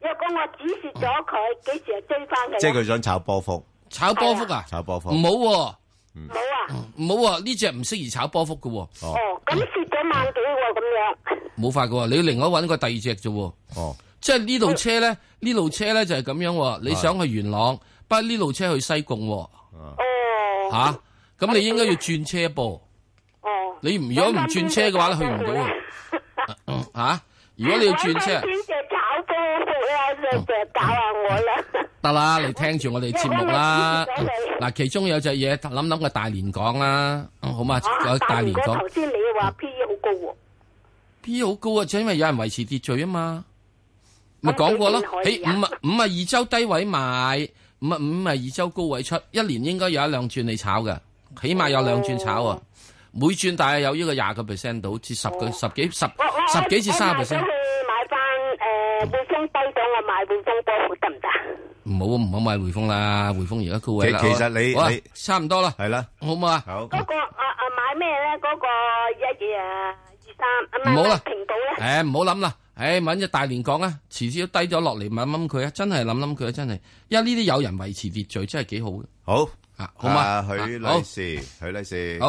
Speaker 7: 若果我指示咗佢，幾時又追翻佢 呢？
Speaker 3: 即係佢想炒波幅，
Speaker 4: 炒波幅啊？
Speaker 3: 炒波幅
Speaker 4: 唔好喎，
Speaker 7: 冇啊！
Speaker 4: 唔好喎，呢只唔適宜炒波幅嘅喎，
Speaker 3: 哦
Speaker 7: 哦，咁蝕咗萬幾喎，咁樣
Speaker 4: 冇法嘅喎，你要另外揾個第二隻啫喎。
Speaker 3: 哦，
Speaker 4: 即係呢路車咧，呢路車咧就係咁樣喎。
Speaker 3: 啊
Speaker 4: 你想去元朗，不過呢路車去西貢喎，
Speaker 7: 哦
Speaker 4: 吓、咁你應該要轉車噃。
Speaker 7: 哦。
Speaker 4: 你唔如果唔轉車嘅話咧，去唔到喎。嗯吓、如果你要轉車，
Speaker 7: 邊只炒波幅啦，就就搞下我啦。
Speaker 4: 得啦，你聽住我哋節目啦
Speaker 7: 因為我知。道
Speaker 4: 嗱，其中有隻嘢諗諗個大連港啦，嗯好嘛？
Speaker 7: 啊
Speaker 4: 有大連
Speaker 7: 哥
Speaker 4: 港
Speaker 7: 頭先你話 P E 好高喎，
Speaker 4: P 好高啊，就因為有人維持秩序啊嘛。咪講過咯
Speaker 7: 咁
Speaker 4: 喺
Speaker 7: 佢，點可以啊
Speaker 4: 五啊五啊二周低位買，五啊五啊二周高位出，一年應該有一兩轉你炒嘅，起碼有兩轉炒
Speaker 7: 哦
Speaker 4: 啊。每轉大約有呢個廿個 percent 到至十個十幾十
Speaker 7: 我我
Speaker 4: 十幾至三十
Speaker 7: 我
Speaker 4: percent
Speaker 7: 買咗。去買翻誒匯豐低咗，我買匯豐波幅得唔得？
Speaker 4: 唔好啊唔好買匯豐啦，匯豐而家高位啦。
Speaker 3: 其其實你
Speaker 4: 好啊
Speaker 3: 你
Speaker 4: 差唔多啦，
Speaker 3: 係啦，
Speaker 4: 好唔好啊？
Speaker 3: 好
Speaker 7: 嗰個啊啊買咩咧？嗰個一二啊二三啊，
Speaker 4: 唔好啦
Speaker 7: 平到咧。
Speaker 4: 誒唔好諗啦，誒揾只大連港啊，遲啲都低咗落嚟，諗諗佢啊，真係諗諗佢啊，真係，因為呢啲有人維持秩序真係幾好嘅
Speaker 3: 好，
Speaker 4: 啊，好嘛？
Speaker 3: 啊許
Speaker 4: 啊
Speaker 3: 女士，許女士，
Speaker 4: 好，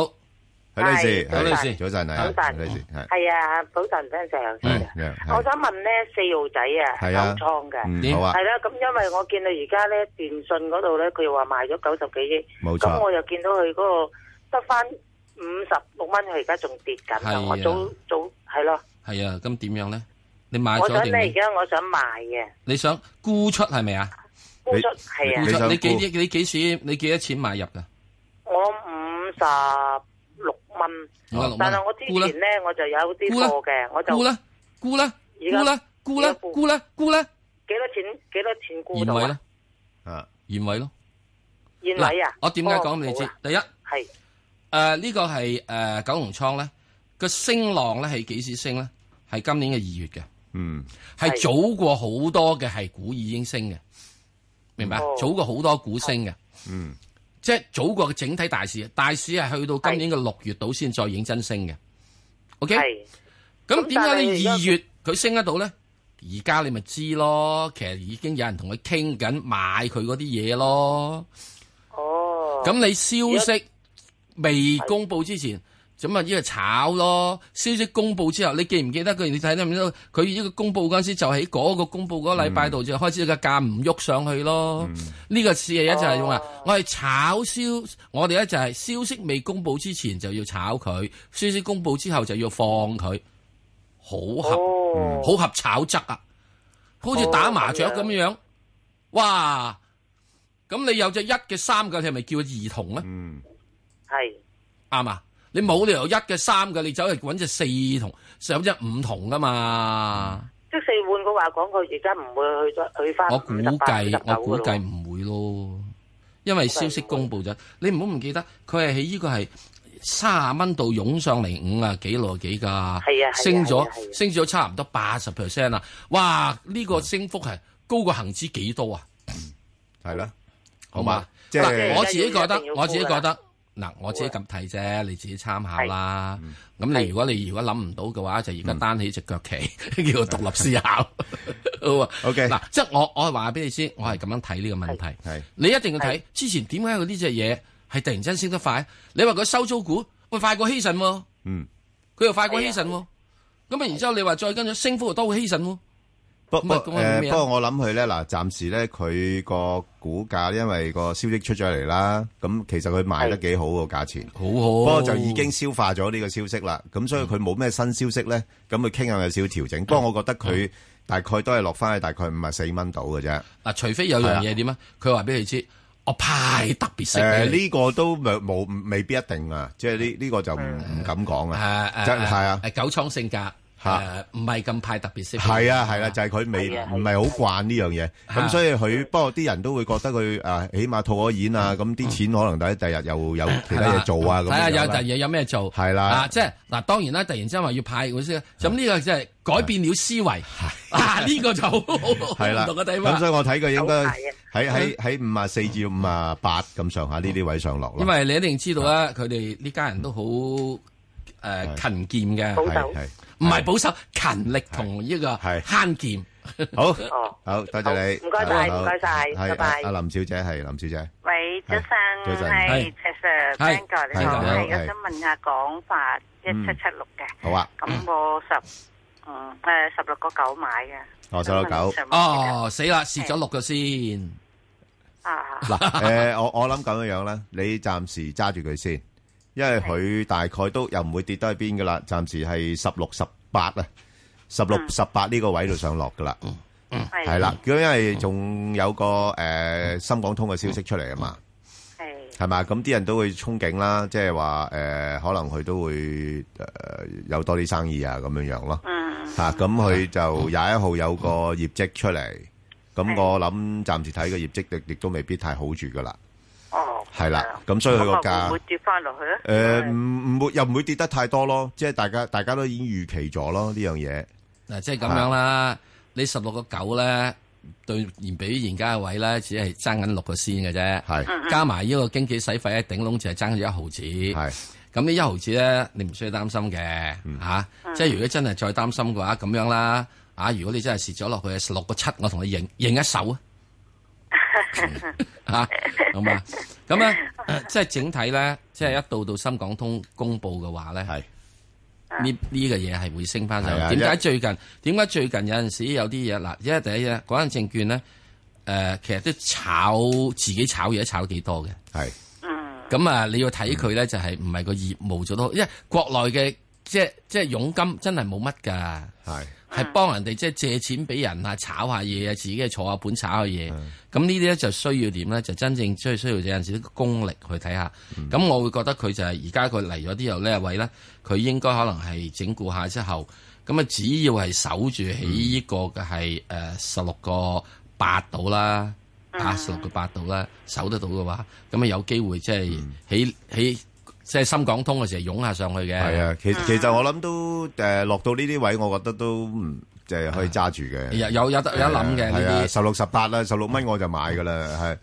Speaker 4: 好
Speaker 3: 許女士，
Speaker 8: 係
Speaker 3: 係
Speaker 4: 許女士
Speaker 3: 早晨係啊，
Speaker 8: 早晨
Speaker 3: 許女士係
Speaker 8: 系啊，早晨 Ben Sir，
Speaker 4: 嗯
Speaker 3: 係係
Speaker 8: 我想問咧四號仔啊
Speaker 3: 係啊
Speaker 8: 有倉嘅，
Speaker 3: 嗯
Speaker 4: 點
Speaker 3: 好啊
Speaker 8: 係，啦，咁因為我見到而家咧電信嗰度咧，佢話賣咗九十幾億，
Speaker 3: 冇錯
Speaker 8: 咁我又見到佢嗰個得翻五十六蚊，佢而家仲跌緊
Speaker 4: 係啊
Speaker 8: 啊！我早早係咯，
Speaker 4: 係啊，咁點樣咧？你買
Speaker 8: 我
Speaker 4: 咗
Speaker 8: 想
Speaker 4: 定
Speaker 8: 咧而
Speaker 4: 未？
Speaker 8: 家我想賣嘅，
Speaker 4: 你想沽出係咪啊？
Speaker 8: 沽出係啊
Speaker 4: 沽
Speaker 3: 你，
Speaker 4: 出
Speaker 3: 想
Speaker 4: 你幾
Speaker 3: 沽
Speaker 4: 億？你幾錢？你幾多錢買入㗎？
Speaker 8: 我五十六蚊，
Speaker 4: 56蚊
Speaker 8: 但係我之
Speaker 4: 沽啦
Speaker 8: 前咧我就有啲
Speaker 4: 沽啦
Speaker 8: 貨嘅，我就
Speaker 4: 沽啦，沽啦，
Speaker 8: 而
Speaker 4: 沽啦
Speaker 8: 家，
Speaker 4: 沽啦
Speaker 8: 而家，沽
Speaker 4: 沽啦，沽啦，
Speaker 8: 幾多錢幾多錢沽
Speaker 4: 現
Speaker 8: 到
Speaker 4: 位
Speaker 8: 啊
Speaker 4: 啦？，
Speaker 3: 啊
Speaker 4: 現位咯。
Speaker 8: 現位
Speaker 4: 嗱
Speaker 8: 啊，，
Speaker 4: 我點解講俾你
Speaker 8: 哦
Speaker 4: 知
Speaker 8: 好啊？
Speaker 4: 第一。
Speaker 8: 係。
Speaker 4: 誒呢個係誒九龍倉咧個升浪咧係幾時升咧？係今年嘅二月嘅，
Speaker 3: 嗯
Speaker 4: 係
Speaker 8: 係
Speaker 4: 早過好多嘅係股已經升嘅，明白？
Speaker 8: 哦
Speaker 4: 早過好多股升嘅，
Speaker 3: 嗯
Speaker 4: 即係早過整體大市。大市係去到今年嘅六月度先再認真升嘅。OK，
Speaker 8: 係
Speaker 4: 咁點解你二
Speaker 8: 但係
Speaker 4: 月佢升得到咧？而家你咪知咯，其實已經有人同佢傾緊買佢嗰啲嘢咯。
Speaker 8: 哦，
Speaker 4: 咁你消息未公布之前，咁啊呢個炒咯。消息公布之後，你記唔記得佢？你睇得唔睇到佢呢個公布嗰陣時，就喺嗰個公布嗰個禮拜度就開始個價唔喐上去咯。
Speaker 3: 嗯
Speaker 4: 呢個事嘢就係用啊，我係炒消，我哋咧就係消息未公布之前就要炒佢，消息公布之後就要放佢，好合
Speaker 8: 哦，
Speaker 4: 好合炒則啊，好似打麻雀咁樣，哇！咁你有隻一嘅三嘅，你係咪叫兒童咧？
Speaker 3: 嗯
Speaker 8: 係
Speaker 4: 啱啊！你冇理由一嘅三嘅，你走去揾隻四同，有隻五同噶嘛？
Speaker 8: 即四換嘅話講，佢而家唔會去咗去翻
Speaker 4: 我估計，我估計
Speaker 8: 唔
Speaker 4: 唔會咯，因為消息公布咗。你唔好唔記得，佢係喺呢個係三十蚊度湧上嚟五啊幾六啊幾噶
Speaker 8: 係啊，
Speaker 4: 升咗
Speaker 8: 係啊係啊
Speaker 4: 升咗差唔多八十 percent 啦！哇！呢個升幅係高過恒指幾多啊？
Speaker 3: 係啦，
Speaker 4: 好嘛？
Speaker 3: 即係
Speaker 4: 嗱我自己覺
Speaker 8: 一
Speaker 4: 得
Speaker 8: 定要，啊
Speaker 4: 我自己
Speaker 8: 沽㗎
Speaker 4: 覺得，嗱，我自己咁睇啫，你自己參考啦。
Speaker 3: 嗯
Speaker 4: 咁你
Speaker 8: 啊係
Speaker 4: 如果你如果諗唔到嘅話，就而家單起只腳旗， 叫做獨立 思考。好啊
Speaker 3: OK
Speaker 4: 嗱，即係我我話俾你知，我係咁樣睇呢個問題。
Speaker 3: 係
Speaker 4: 你一定要睇之前點解佢呢只嘢係突然間升得快？你話佢收租股，喂快過希慎喎，
Speaker 3: 嗯，
Speaker 4: 佢又快過希慎喎，咁啊然之後你話再跟咗升幅又多過希慎喎，
Speaker 3: 不
Speaker 4: 咁
Speaker 3: 不
Speaker 4: 啊咁啊
Speaker 3: 誒
Speaker 4: 咩
Speaker 3: 不
Speaker 4: 啊
Speaker 3: 過我諗佢咧嗱，暫時咧佢個股價因為個消息出咗嚟啦，咁其實佢賣得幾好個價錢。
Speaker 4: 好好，
Speaker 3: 不過就已經消化咗呢個消息啦，咁所以佢冇咩新消息咧，咁佢傾向有少少調整。不過我覺得佢大概都係落翻去大概五十四蚊度嘅啫。
Speaker 4: 嗱，除非有樣嘢點啊，佢話俾你知，我派特別息
Speaker 3: 誒
Speaker 4: 俾你。
Speaker 3: 呢個都冇冇未必一定啊，即係呢呢個就唔唔敢講啊。
Speaker 4: 誒誒
Speaker 3: 真係啊
Speaker 4: 誒九倉性格誒
Speaker 3: 嚇
Speaker 4: 唔係咁派特別息俾你，
Speaker 3: 係啊係啦，就係佢未
Speaker 8: 係啊
Speaker 3: 唔係好慣呢樣嘢，咁
Speaker 4: 啊
Speaker 3: 所以佢不過啲人都會覺得佢啊，起碼套咗現啊，咁啲錢可能第第日又有其
Speaker 4: 係
Speaker 3: 他
Speaker 4: 啦
Speaker 3: 嘢做啊咁樣
Speaker 4: 睇下
Speaker 3: 啦。
Speaker 4: 有第二日有咩做，
Speaker 3: 係啦
Speaker 4: 啊即係嗱，當然啦，突然之間話要派嗰啲，咁呢個即係改變了思維，啊呢個就好好好
Speaker 3: 係啦
Speaker 4: 唔同嘅地
Speaker 3: 咁所
Speaker 4: 方，
Speaker 3: 以我睇佢應該
Speaker 8: 好大嘅
Speaker 3: 喺喺喺五啊四至五啊八咁上下呢啲位上落咯。
Speaker 4: 因為你一定知道啦，佢哋呢家人都好誒勤儉嘅，
Speaker 8: 保守
Speaker 3: 啊 係係
Speaker 4: 唔係保守，勤力同呢個
Speaker 3: 係
Speaker 4: 慳儉。
Speaker 3: 好，
Speaker 8: 哦。
Speaker 3: 好，多謝你。
Speaker 8: 好，唔該晒，
Speaker 3: 好，
Speaker 8: 唔該晒，
Speaker 3: 係，
Speaker 8: 拜拜。
Speaker 3: 阿林小姐，係，林小姐。
Speaker 9: 喂，早晨，
Speaker 3: 早晨
Speaker 9: 係
Speaker 4: 係
Speaker 9: 石 Sir、
Speaker 4: 係
Speaker 9: Ben 哥，你
Speaker 4: 係
Speaker 9: 好，
Speaker 4: 你好
Speaker 9: 係
Speaker 3: 係
Speaker 9: 我想問下講法一七七六嘅，
Speaker 3: 好啊，
Speaker 9: 咁我十嗯誒十六個九買嘅，
Speaker 3: 哦16個九
Speaker 9: 想問上網
Speaker 4: 哦，死啦，蝕咗六個先。
Speaker 9: 啊，
Speaker 3: 誒，我-我諗咁樣樣啦，你暫時揸住佢先，因為佢大概都-又唔會跌得去邊㗎啦，暫時係16 18啊，16 18呢個位度上落㗎啦，
Speaker 9: 係，
Speaker 3: 係啦，因為仲有個，誒，深港通嘅消息出嚟啊嘛，
Speaker 9: 係
Speaker 3: 係嘛？咁啲人都會憧憬啦，即係話誒，可能佢都會誒、呃有多啲生意啊，咁樣樣咯。
Speaker 9: 嗯
Speaker 3: 嚇、咁佢就廿一號有個業績出嚟，咁我諗暫時睇個業績亦亦都未必太好住噶啦。
Speaker 9: 哦，
Speaker 3: 係啦，咁所以佢個
Speaker 9: 咁啊會唔
Speaker 3: 價
Speaker 9: 會跌翻落去啊？
Speaker 3: 誒唔唔會又唔會跌得太多咯，即係大家大家都已經預期咗咯呢樣嘢。
Speaker 4: 嗱，即係咁樣啦，你十六個九咧，對現比現家嘅位咧，只係爭緊六個仙嘅啫，
Speaker 3: 係
Speaker 4: 加埋呢個經紀使費咧，頂籠就係爭咗一毫子。
Speaker 3: 係
Speaker 4: 咁呢一毫子咧，你唔需要擔心嘅
Speaker 3: 嗯
Speaker 4: 嚇。即係如果真係再擔心嘅話，咁樣啦。啊，如果你真係蝕咗落去十六個七，我同你認認一手啊！ 嚇，好嘛？咁咧，即係整體咧，即係一到到深港通公佈嘅話咧。
Speaker 3: 係
Speaker 4: 呢呢個嘢係會升翻
Speaker 3: 係啊
Speaker 4: 上去。點解
Speaker 3: 一
Speaker 4: 最近點解最近有陣時有啲嘢嗱？因為第一嘢，嗰間證券咧，誒、呃其實都炒自己炒嘢炒幾多嘅。
Speaker 3: 係
Speaker 4: 咁啊，你要睇佢咧，就係唔係個業務做得好，因為國內嘅即係即係佣金真係冇乜㗎。
Speaker 3: 係
Speaker 4: 係幫人哋即係借錢俾人啊，炒下嘢啊，自己坐下盤炒下嘢。
Speaker 3: 嗯
Speaker 4: 咁呢啲咧就需要點咧？就真正需需要有陣時啲功力去睇下。
Speaker 3: 嗯
Speaker 4: 咁、我會覺得佢就係而家佢嚟咗啲後呢位咧，佢應該可能係整固下之後，咁啊只要係守住喺
Speaker 3: 嗯
Speaker 4: 呢個嘅係誒十六個八度啦，
Speaker 3: 嗯
Speaker 4: 啊十六個八度啦，守得到嘅話，咁啊有機會即係
Speaker 3: 嗯
Speaker 4: 喺喺即係深港通嘅時候湧下上去嘅。
Speaker 3: 係啊，其其實我諗都誒落到呢啲位，我覺得都唔即係可以揸住嘅。
Speaker 4: 有有有得有得諗嘅
Speaker 3: 係啊，
Speaker 4: 呢啲。
Speaker 3: 十六十八啦，十六蚊我就買噶啦，係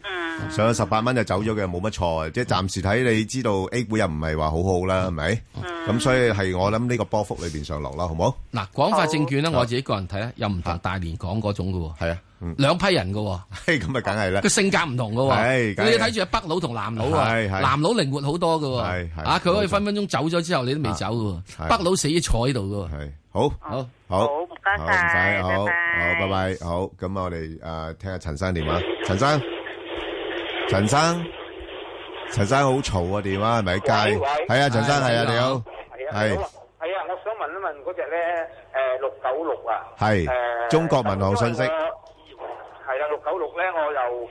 Speaker 3: 上咗十八蚊就走咗嘅，冇乜錯。即係暫時睇，你知道 A 股又唔係話好好啦，係咪？咁所以係我諗呢個波幅裏邊上落啦，好冇？
Speaker 4: 嗱，廣發證券咧，我自己個人睇咧，又唔同大連港嗰種嘅
Speaker 3: 係啊，嗯
Speaker 4: 喎，，兩批人嘅喎，
Speaker 3: 咁啊，梗係啦
Speaker 4: 個，性格唔同嘅
Speaker 3: 係
Speaker 4: 喎，
Speaker 3: 梗係
Speaker 4: 你要睇住係北佬同南佬啊，
Speaker 3: 係係
Speaker 4: 南佬靈活好多嘅
Speaker 3: 係
Speaker 4: 喎，
Speaker 3: 係
Speaker 4: 啊，佢可以
Speaker 3: 冇錯啊
Speaker 4: 分分鐘走咗之後，你都未走嘅
Speaker 3: 係
Speaker 4: 喎，北佬死咗坐喺度嘅喎，
Speaker 3: 係好，
Speaker 4: 好，
Speaker 3: 好，
Speaker 9: 好唔該
Speaker 3: 好唔
Speaker 9: 晒
Speaker 3: 使，好，好，
Speaker 9: 拜拜
Speaker 3: 拜拜，好。咁我哋誒聽下陳生電話，陳生，陳生，陳生好嘈啊，電話係咪喺街？
Speaker 5: 喂喂
Speaker 3: 係啊，陳生
Speaker 4: 係
Speaker 3: 係啊，
Speaker 4: 你
Speaker 3: 你
Speaker 4: 好
Speaker 3: 好，
Speaker 5: 係啊，
Speaker 3: 係
Speaker 5: 好啊係啊，我想問一問嗰只咧，誒六九六啊，
Speaker 3: 係
Speaker 5: 誒
Speaker 3: 中國民航信息
Speaker 5: 因為我係啦，六九六咧，我由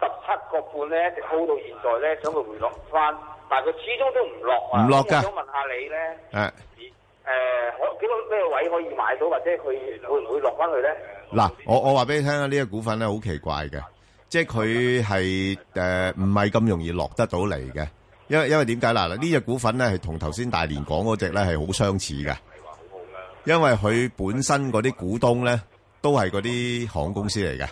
Speaker 5: 十七個半咧，一直 hold 到現在咧，想佢回落翻，但係佢始終都唔落啊。
Speaker 3: 唔落㗎
Speaker 5: 咁我想問下你咧，
Speaker 3: 誒。
Speaker 5: 誒可幾多咩位可以買到，或者佢會唔會落翻去咧？
Speaker 3: 嗱，我我話俾你聽啊，呢、個股份咧好奇怪嘅，即係佢係誒唔係咁容易落得到嚟嘅，因為因為點解嗱？呢只股份咧係同頭先大連港嗰只咧係好相似嘅，因為佢本身嗰啲股東咧都係嗰啲航空公司嚟嘅，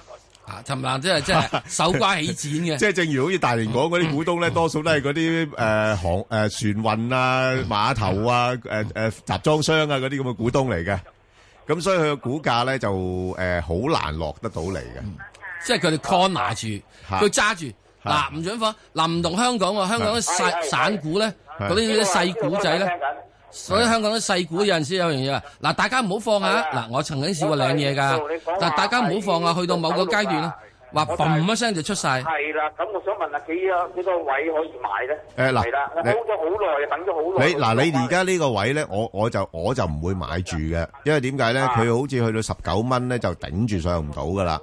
Speaker 4: 啊，尋晚即係即 係手瓜起剪
Speaker 3: 即
Speaker 4: 嘅，
Speaker 3: 係正如好似大連港嗰啲股東咧，多數都係嗰啲誒航誒、呃船運啊、碼頭啊、誒、誒、集裝箱啊嗰啲咁嘅股東嚟嘅，咁所以佢嘅股價咧就呃誒好、難落得到嚟嘅。
Speaker 5: 嗯
Speaker 4: 即係佢哋 corner 住，
Speaker 3: 啊嚇
Speaker 4: 佢揸住，嗱，唔准放，嗱唔同香港喎，香港啲
Speaker 5: 係係
Speaker 4: 散散股咧，
Speaker 3: 係
Speaker 4: 嗰啲啲細股仔咧，所以香港啲細股有陣時有樣嘢啊，嗱大家唔好放啊，
Speaker 5: 係啊
Speaker 4: 嗱我曾經試過領嘢
Speaker 5: 我就係
Speaker 4: 㗎
Speaker 5: 知道，你講話
Speaker 4: 但大家唔好放啊，去到某個階段咧，話
Speaker 5: 我就係
Speaker 4: 嘣一聲就出晒。
Speaker 5: 係啦，咁我想問下幾啊幾個位可以買咧？
Speaker 3: 誒呃嗱
Speaker 5: 係啦，我
Speaker 3: 你
Speaker 5: hold 咗好耐，等咗好耐。
Speaker 3: 你嗱，你
Speaker 5: À,
Speaker 3: 而家呢個位咧，我我就我就唔會買住嘅，因為點解咧？
Speaker 5: 啊
Speaker 3: 佢好似去到十九蚊咧，就頂住上唔到噶啦。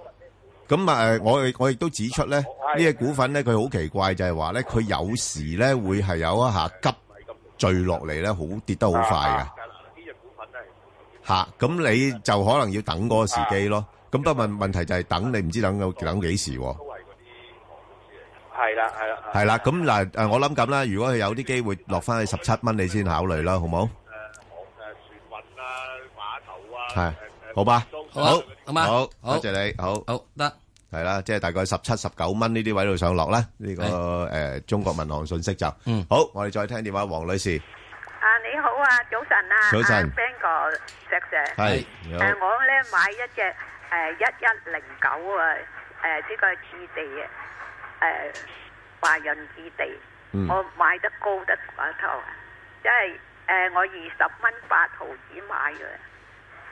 Speaker 3: 咁啊，誒我亦我亦都指出咧，呢只股份咧，佢好奇怪就係話咧，佢有時咧會係有一下急墜落嚟咧，好跌得好快嘅。吓，咁你就可能要等嗰個時機咯。咁不過問問題就係等，你唔知等到等幾時喎？
Speaker 5: 係啦，係啦，
Speaker 3: 係啦，咁嗱，誒我諗咁啦，如果佢有啲機會落翻去十七蚊，你先考慮啦，好冇？
Speaker 5: 啊
Speaker 3: 係，好吧，
Speaker 4: 好啊
Speaker 3: 好，
Speaker 4: 好嘛
Speaker 3: 好，
Speaker 4: 好
Speaker 3: 多謝你，好，
Speaker 4: 好得，
Speaker 3: 係啦，即係大概十七、十九蚊呢啲位度上落啦，呢個誒中國民航信息就，
Speaker 4: 嗯
Speaker 3: 好，我哋再聽電話，黃女士，
Speaker 9: 啊，你好啊，早晨啊，
Speaker 3: 早晨
Speaker 9: 啊，Bang 哥石 Sir，
Speaker 3: 係
Speaker 4: 係，
Speaker 3: 你好
Speaker 9: 誒，我咧買一隻誒一一零九啊，誒呢個置地啊，誒華潤置地，
Speaker 3: 嗯
Speaker 9: 我買得高得過頭，啊即係誒呃我二十蚊八毫子買嘅，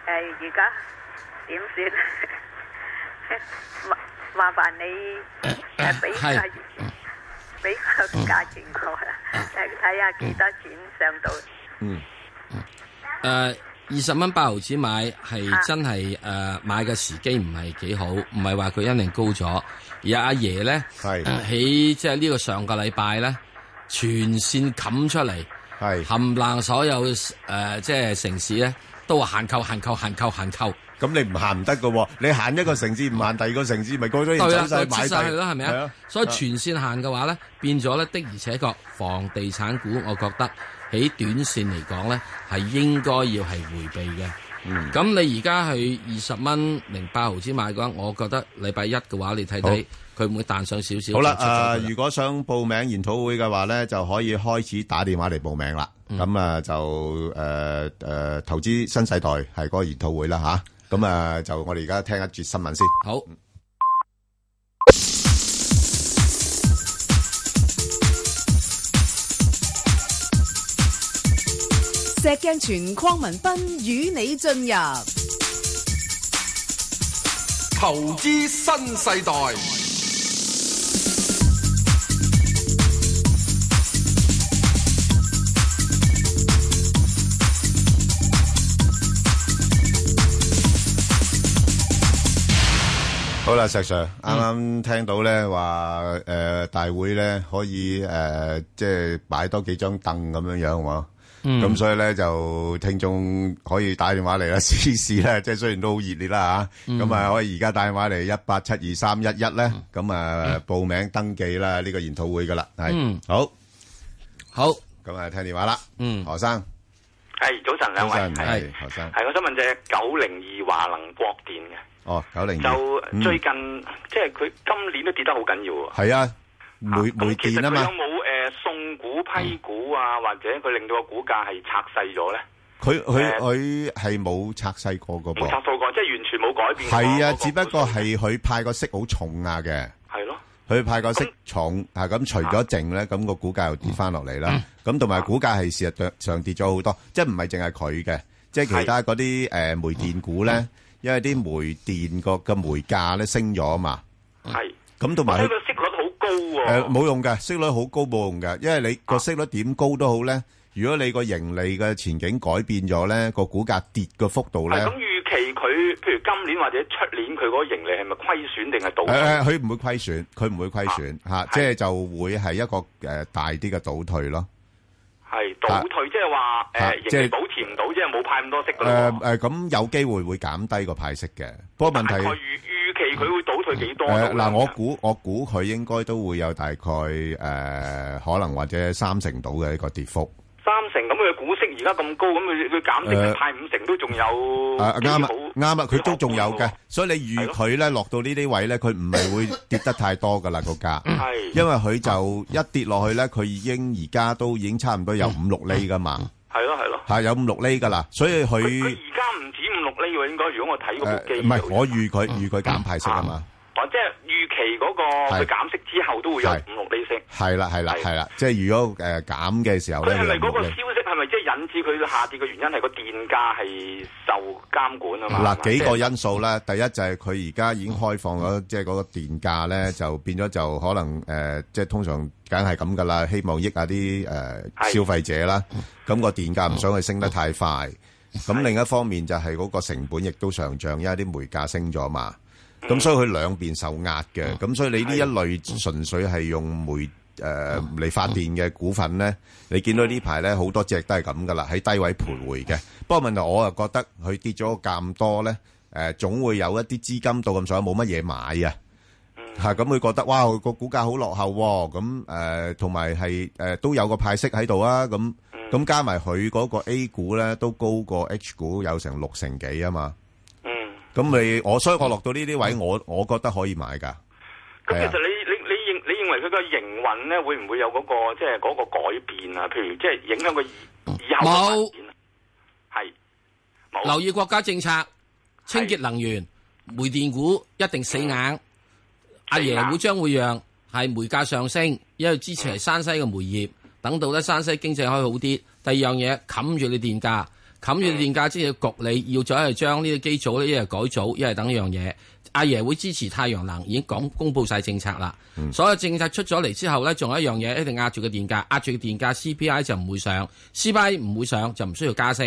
Speaker 9: 誒而家點算？ 麻麻煩你誒俾
Speaker 4: 係
Speaker 9: 價俾個價錢我啦，誒睇下幾多錢上到。
Speaker 3: 嗯，
Speaker 4: 誒二十蚊八毫子買
Speaker 9: 啊
Speaker 4: 係真係誒買嘅時機唔係幾好，唔係話佢一定高咗，而阿爺咧
Speaker 3: 係
Speaker 4: 喺即係呢個上個禮拜咧全線冚出嚟。
Speaker 3: 係，
Speaker 4: 冚冷所有誒、呃即係城市咧，都話限購、限購、限購、限購，
Speaker 3: 咁你唔行唔得㗎喎，你行一個城市唔行第二個城市，咪嗰種
Speaker 4: 對
Speaker 3: 嘢
Speaker 4: 啦，就
Speaker 3: 走晒
Speaker 4: 出
Speaker 3: 買
Speaker 4: 晒去
Speaker 3: 曬
Speaker 4: 啦，係咪啊？所以全線限嘅話咧，變咗咧的而且確，房地產股我覺得喺短線嚟講咧，係應該要係迴避嘅。
Speaker 3: 嗯
Speaker 4: 咁你而家去二十蚊零八毫子買嘅話，我覺得禮拜一嘅話，你睇睇佢會唔會彈上少少？
Speaker 3: 好啦，
Speaker 4: 就出咗佢
Speaker 3: 誒，如果想報名研討會嘅話咧，就可以開始打電話嚟報名啦。咁啊，就誒誒，投資新世代係嗰個研討會啦吓。咁啊，就我哋而家聽一節新聞先。
Speaker 4: 好
Speaker 1: 石鏡泉邝文斌與你進入
Speaker 2: 投資新世代，
Speaker 3: 好啦，石 Sir，啱啱聽到咧話誒大會咧可以誒即係擺多幾張凳咁樣樣喎。咁所以咧就聽眾可以打電話嚟啦， 試試咧，即係雖然都好熱烈啦嚇，咁啊可以而家打電話嚟一八七二三一一咧，咁啊報名登記啦，呢個研討會噶啦，係
Speaker 4: 嗯
Speaker 3: 好，
Speaker 4: 好，
Speaker 3: 咁啊聽電話啦，
Speaker 4: 嗯，
Speaker 3: 何生，
Speaker 5: 係早晨
Speaker 3: 早晨，
Speaker 4: 係
Speaker 3: 係何生，
Speaker 5: 係，我想問只九零二華能國電嘅，
Speaker 3: 哦九零二，嗯
Speaker 5: 就最近即係佢今年都跌得好緊要喎。
Speaker 3: 係啊，煤煤
Speaker 5: 其實
Speaker 3: 電啊
Speaker 5: 佢有
Speaker 3: 嘛，嗯
Speaker 5: 冇誒送股批股啊，或者佢令到個股價係拆細咗咧？
Speaker 3: 佢佢佢係冇拆細過個
Speaker 5: 冇拆
Speaker 3: 噃，
Speaker 5: 到過，即係完全冇改變過嗰個股數。
Speaker 3: 係啊，只不過係佢派個息好重啊嘅。
Speaker 5: 係咯，
Speaker 3: 佢派個息重啊，咁除咗剩咧，咁個股價又跌翻落嚟啦。咁同埋股價係事實上跌咗好多，即係唔係淨係佢嘅，即係其他嗰啲誒煤電股咧，因為啲煤電個嘅煤價咧升咗啊嘛。
Speaker 5: 係。
Speaker 3: 咁同
Speaker 5: 我
Speaker 3: 埋
Speaker 5: 睇
Speaker 3: 佢
Speaker 5: 佢息率好高
Speaker 3: 誒
Speaker 5: 喎。
Speaker 3: 冇用嘅，息率好高冇用嘅，因為你個息率點高都好咧，如果你個盈利嘅前景改變咗咧，個股價跌嘅幅度
Speaker 5: 係
Speaker 3: 咧
Speaker 5: 咁，預期佢譬如今年或者出年佢嗰個盈利係咪虧損定係倒
Speaker 3: 誒誒，
Speaker 5: 退？
Speaker 3: 佢唔會虧損，佢唔會虧損嚇，即係就會係一個誒大啲嘅倒退咯。
Speaker 5: 係倒退，即係話
Speaker 3: 啊
Speaker 5: 誒
Speaker 3: 即係
Speaker 5: 盈利保持唔到，即係冇派咁多息㗎啦
Speaker 3: 誒誒，
Speaker 5: 喎。
Speaker 3: 咁有機會會減低個派息嘅。不過問
Speaker 5: 大概預
Speaker 3: 題
Speaker 5: 預期佢會倒退幾多
Speaker 3: 誒
Speaker 5: 度呢
Speaker 3: 嗱，我估我估佢應該都會有大概誒可能或者三成到嘅一個跌幅。
Speaker 5: 三成咁佢嘅股息而家咁高，咁佢佢減
Speaker 3: 誒
Speaker 5: 息佢派五成都仲有
Speaker 3: 誒啱啊啱啊，佢都仲有嘅
Speaker 5: 幾，
Speaker 3: 所以你預佢咧落到呢啲位咧，佢唔係會跌得太多噶啦個價，
Speaker 5: 好喎係
Speaker 3: 因為佢就一跌落去咧，佢已經而家都已經差唔多有五六厘噶嘛，
Speaker 5: 係咯係咯。
Speaker 3: 係有五六厘噶啦，所以
Speaker 5: 佢
Speaker 3: 佢
Speaker 5: 佢而家唔止五六厘喎，應該如果我睇個部機
Speaker 10: 嗯
Speaker 3: 誒唔係我預佢預佢減派息啊嘛。
Speaker 5: 我即係預期嗰個
Speaker 3: 係
Speaker 5: 佢減息之後都
Speaker 10: 都會有
Speaker 3: 係
Speaker 10: 五六厘息。
Speaker 3: 系啦，系啦，系啦，即系如果诶减嘅时候
Speaker 10: 佢
Speaker 3: 咧，
Speaker 10: 係咪哎嗰個
Speaker 3: 你
Speaker 10: 消息係咪即係引致佢下跌嘅原因係個電價係受監管啊嘛？
Speaker 3: 嗱幾個因素啦，第一就係佢而家已經開放咗，即係嗰個電價咧就變咗就可能誒、呃即係通常梗係咁噶啦，希望益下啲誒、呃消費者啦。咁、個電價唔想佢升得太快。咁另一方面就係嗰個成本亦都上漲，因為啲煤價升咗嘛。咁所以佢兩邊受壓嘅。咁所以你呢一類純粹係用煤誒嚟發電嘅股份咧，你見到呢排咧好多隻都係咁噶啦，喺低位徘徊嘅。不過問題我又覺得佢跌咗個價咁多咧，誒、總會有一啲資金到咁上下冇乜嘢買啊。嚇咁佢覺得哇個股價好落後喎，咁誒同埋係誒都有個派息喺度啊，咁咁加埋佢嗰個 A 股咧都高過 H 股有成六成幾啊嘛，嗯，咁你我所以我落到呢啲位，我我覺得可以買㗎，係
Speaker 10: 咁
Speaker 3: 啊
Speaker 10: 其實。你你你認你認為佢個營運咧會唔會有嗰、個即係嗰個改變啊？譬如即係影響佢以以後嘅發
Speaker 4: 冇
Speaker 10: 展啊？係
Speaker 4: 留意國家政策，清潔能源、煤電股一定死
Speaker 10: 嗯
Speaker 4: 硬。阿爺會將會讓係煤價上升，因為之前係山西嘅煤業，等到咧山西經濟可以好啲。第二樣嘢冚住你電價，冚住
Speaker 10: 嗯
Speaker 4: 你電價之後焗你要再係將呢啲機組咧，一係改組，一係等一樣嘢。阿爺會支持太陽能，已經講公布晒政策啦。
Speaker 10: 嗯
Speaker 4: 所有政策出咗嚟之後咧，仲有一樣嘢一定壓住個電價，壓住個電價 CPI 就唔會上，CPI 唔會上就唔需要加息。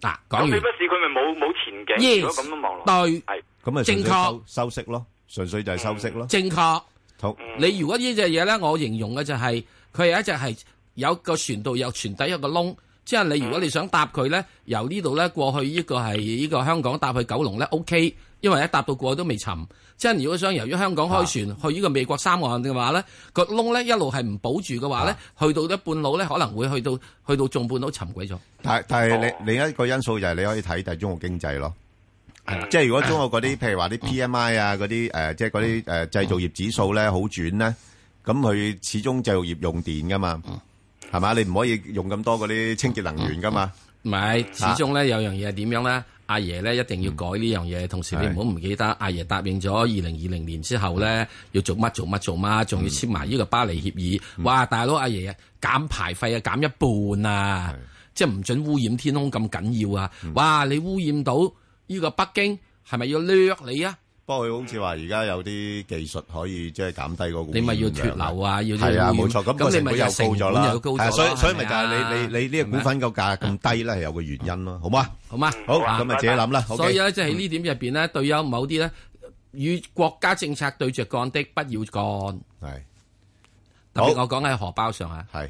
Speaker 4: 嗱，
Speaker 10: 咁
Speaker 4: 講
Speaker 10: 你
Speaker 4: 完
Speaker 10: 不。是佢咪冇冇前景
Speaker 4: Yes，
Speaker 10: 如果咁樣望落，
Speaker 4: 對
Speaker 10: 係
Speaker 3: 咁啊，
Speaker 4: 正
Speaker 3: 純
Speaker 4: 確
Speaker 3: 粹收收息咯，純粹就係收息咯。
Speaker 4: 正確。
Speaker 3: 好，
Speaker 10: 嗯
Speaker 4: 你如果呢只嘢咧，我形容嘅就係佢係一隻係有個船度有船底有個窿，即係你如果你想搭佢咧，由呢度咧過去呢個係呢個香港搭去九龍咧 OK，因為一搭到過去都未沉。即係如果想由於香港開船、
Speaker 10: 啊
Speaker 4: 去呢個美國三岸嘅話咧，個窿咧一路係唔保住嘅話咧，
Speaker 10: 啊
Speaker 4: 去到一半路咧可能會去到去到仲半路沉鬼咗。
Speaker 3: 但但係你另一個因素就係你可以睇就係中國經濟咯。即係如果中國嗰啲，譬如話啲 PMI 啊，嗰啲誒，即係嗰啲誒製造業指數咧好轉咧，咁佢始終製造業用電噶嘛，係嘛？你唔可以用咁多嗰啲清潔能源噶嘛。
Speaker 4: 唔係，始
Speaker 3: 啊
Speaker 4: 終咧有樣嘢係點樣咧？阿爺咧一定要改呢樣嘢，同時你唔好唔記得，阿爺答應咗二零二零年之後咧要做乜做乜做乜，仲要簽埋呢個巴黎協議。
Speaker 3: 嗯
Speaker 4: 哇，大佬阿爺啊，減排費啊減一半啊，即係唔准污染天空咁緊要啊！
Speaker 3: 嗯
Speaker 4: 哇，你污染到呢個北京係咪要掠你啊？
Speaker 3: 不過佢好似話而家有啲技術可以即係減低嗰個污染量啊。
Speaker 4: 你咪要脫硫啊要啲
Speaker 3: 係啊，
Speaker 4: 污染
Speaker 3: 冇錯。咁
Speaker 4: 咁
Speaker 3: 個
Speaker 4: 你
Speaker 3: 成
Speaker 4: 咪
Speaker 3: 本又
Speaker 4: 就成
Speaker 3: 高
Speaker 4: 本
Speaker 3: 咗啦
Speaker 4: 又高咗
Speaker 3: 係啊所以
Speaker 4: 啦
Speaker 3: 所以咪就
Speaker 4: 係咪啊
Speaker 3: 係你你你呢個股份個價咁低咧係有個原因咯，好嘛？
Speaker 4: 好嘛？
Speaker 3: 好咁咪自己諗啦，OK
Speaker 4: 所以咧，即係呢點入邊咧，對有某啲咧與國家政策對着幹的，不要幹。
Speaker 3: 係。
Speaker 4: 特別我講喺荷包上啊。
Speaker 3: 係。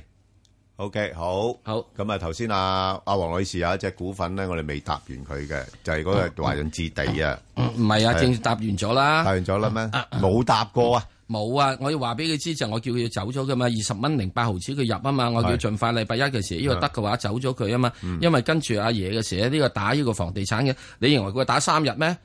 Speaker 3: OK，好。咁啊，頭先啊-阿黃女士有一隻股份呢，我哋未答完佢嘅，就係嗰個華潤置地啊。
Speaker 4: 唔係啊，
Speaker 3: 係啊。
Speaker 4: 正答完咗啦。
Speaker 3: 答完咗啦咩？冇答過啊。
Speaker 4: 冇啊！我要話俾佢知就我叫佢走咗㗎嘛，二十蚊零八毫子佢入啊嘛，我叫
Speaker 11: 係
Speaker 4: 盡快禮拜一嘅時，呢個
Speaker 11: 係
Speaker 4: 得嘅話走咗佢啊嘛，
Speaker 3: 嗯
Speaker 4: 因為跟住阿爺嘅時咧，呢個打呢個房地產嘅，你認為佢打三日咩？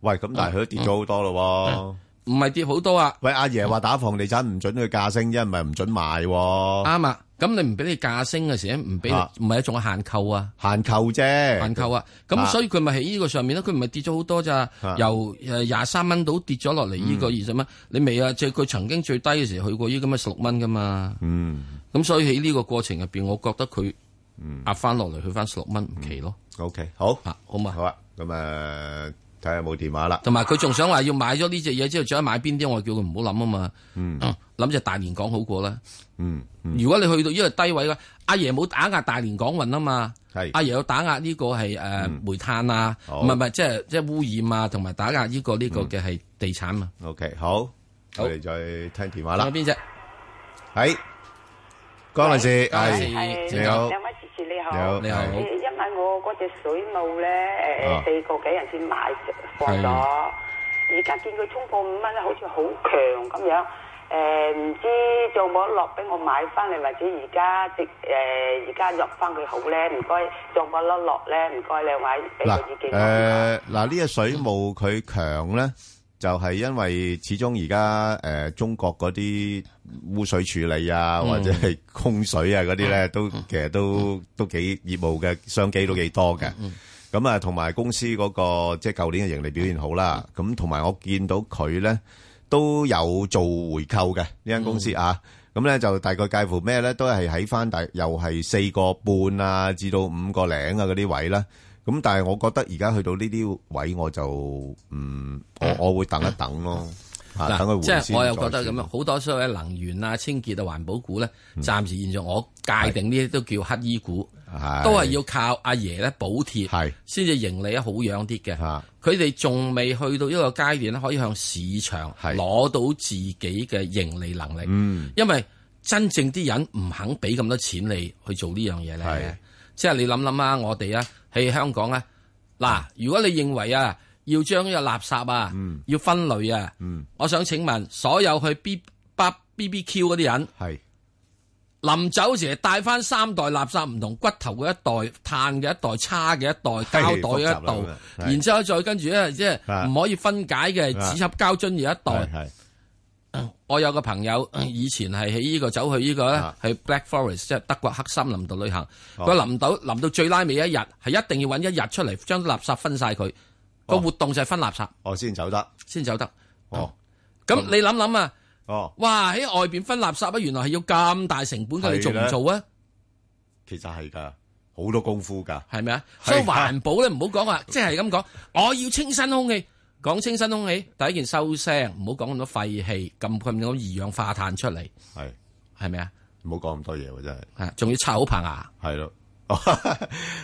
Speaker 3: 喂，咁但係佢都跌咗好多咯
Speaker 4: 喎。唔係跌好多啊。
Speaker 3: 喂，阿爺話打房地產唔准佢價升啫，唔係唔准賣喎。
Speaker 4: 啱啊！咁你唔俾你價升嘅時咧，唔俾
Speaker 3: 哦啊
Speaker 4: 你唔係一種限購啊，
Speaker 3: 限購啫，
Speaker 4: 限購啊！咁
Speaker 3: 啊
Speaker 4: 所以佢咪喺呢個上面咧，佢唔係跌咗好多咋？由誒廿三蚊到跌咗落
Speaker 3: 嗯
Speaker 4: 嚟呢個二十蚊，你未啊？即係佢曾經最低嘅時去過呢咁嘅十六蚊噶嘛。
Speaker 3: 嗯，
Speaker 4: 咁所以喺呢個過程入邊，我覺得佢壓翻落嚟去翻十六蚊唔奇咯。
Speaker 3: OK，好。
Speaker 4: 好嘛。
Speaker 3: 好啊，咁，誒，睇下有冇電話啦。
Speaker 4: 同埋佢仲想話要買咗呢只嘢之後，再買邊啲，我叫佢唔好諗啊嘛。
Speaker 3: 嗯，
Speaker 4: 諗只大連港好過啦。如果你去到呢個低位嘅，阿爺冇打壓大連港運啊嘛，阿爺有打壓呢個係誒煤炭啊，
Speaker 3: 嗯好
Speaker 4: 唔係唔係即係即係污染啊，同埋打壓呢個呢個嘅係地產啊嘛。
Speaker 3: 嗯，OK，好。我哋再聽電話啦。係。江女士，係。哎
Speaker 4: 哎
Speaker 3: 你好。
Speaker 12: 兩位主持你好，
Speaker 3: 你好你好
Speaker 12: 誒因為我嗰隻水母咧，
Speaker 3: 啊
Speaker 12: 誒四個幾人先買放咗，而家見佢衝破五蚊咧，好似好強咁樣。誒唔知做冇得落俾我買翻嚟，或者而家直誒而家入翻佢好咧？唔該，做冇得落咧？唔該，兩位俾個
Speaker 3: 嗱，
Speaker 12: 意見我。
Speaker 3: 誒，嗱，呢個水務佢強呢，就係因為始終而家，誒，中國嗰啲污水處理啊，
Speaker 13: 嗯。
Speaker 3: 或者係供水啊嗰啲呢，都-其實都-都幾業務嘅商機都幾多嘅。咁啊，同埋公司嗰個，即係舊年嘅盈利表現好啦，咁同埋我見到佢呢，都有做回購嘅呢間公司啊。咁咧就大概介乎咩咧，都係喺翻大又係四個半啊，至到五個零啊嗰啲位啦。咁但係我覺得而家去到呢啲位，我就唔我我會等一等咯。啊等佢
Speaker 4: 嗱，
Speaker 3: 回
Speaker 4: 即
Speaker 3: 先嗯
Speaker 4: 係我又覺
Speaker 3: 再
Speaker 4: 得咁
Speaker 3: 算
Speaker 4: 樣，好多所謂能源啊、清潔啊、環保股咧，暫時現在我界定呢啲都叫乞衣股，都係要靠阿爺咧補貼，先至盈利好樣啲嘅。佢哋仲未去到一個階段咧，可以向市場攞到自己嘅盈利能力。
Speaker 3: 嗯
Speaker 4: 因為真正啲人唔肯俾咁多錢你去做呢樣嘢咧，即係你諗諗啊，我哋啊喺香港啊，嗱，
Speaker 3: 嗯
Speaker 4: 如果你認為啊要將呢個垃圾啊、要分類啊，我想請問所有去 B 八 B B Q 嗰啲人，
Speaker 3: 係
Speaker 4: 臨走時帶翻三袋垃圾，唔同骨頭嘅一袋、碳嘅一袋、叉嘅一袋、膠 袋
Speaker 3: 複雜啦
Speaker 4: 一
Speaker 3: 咁
Speaker 4: 袋
Speaker 3: 啊，係
Speaker 4: 然之後再跟住咧，即
Speaker 3: 啊
Speaker 4: 係唔可以分解嘅
Speaker 3: 啊
Speaker 4: 紙盒膠樽嘅一袋。
Speaker 3: 係
Speaker 4: 我有個朋友以前係喺呢個走去呢個咧，去 Black Forest 即係德國黑森林度旅行。
Speaker 11: 哦
Speaker 4: 佢臨到臨到最拉尾一日，係一定要揾一日出嚟將啲垃圾分晒佢。個活動就係分垃圾。
Speaker 3: 哦，先走得，
Speaker 4: 先走得。
Speaker 3: 哦，
Speaker 4: 咁你諗諗啊？
Speaker 3: 哦，
Speaker 4: 哇！喺外邊分垃圾啊，原來係要咁大成本嘅，你做
Speaker 3: 係啦
Speaker 4: 唔做啊？
Speaker 3: 其實係㗎，好多功夫㗎。
Speaker 4: 係咪啊？所以環保咧，唔好講話，即係咁講，我要清新空氣。講清新空氣，第一件收聲，唔好講咁多廢氣，咁咁多二氧化碳出嚟。
Speaker 3: 係
Speaker 4: 係咪啊？
Speaker 3: 唔好講咁多嘢喎，真係。
Speaker 4: 係，仲要刷好棚牙。
Speaker 3: 係咯。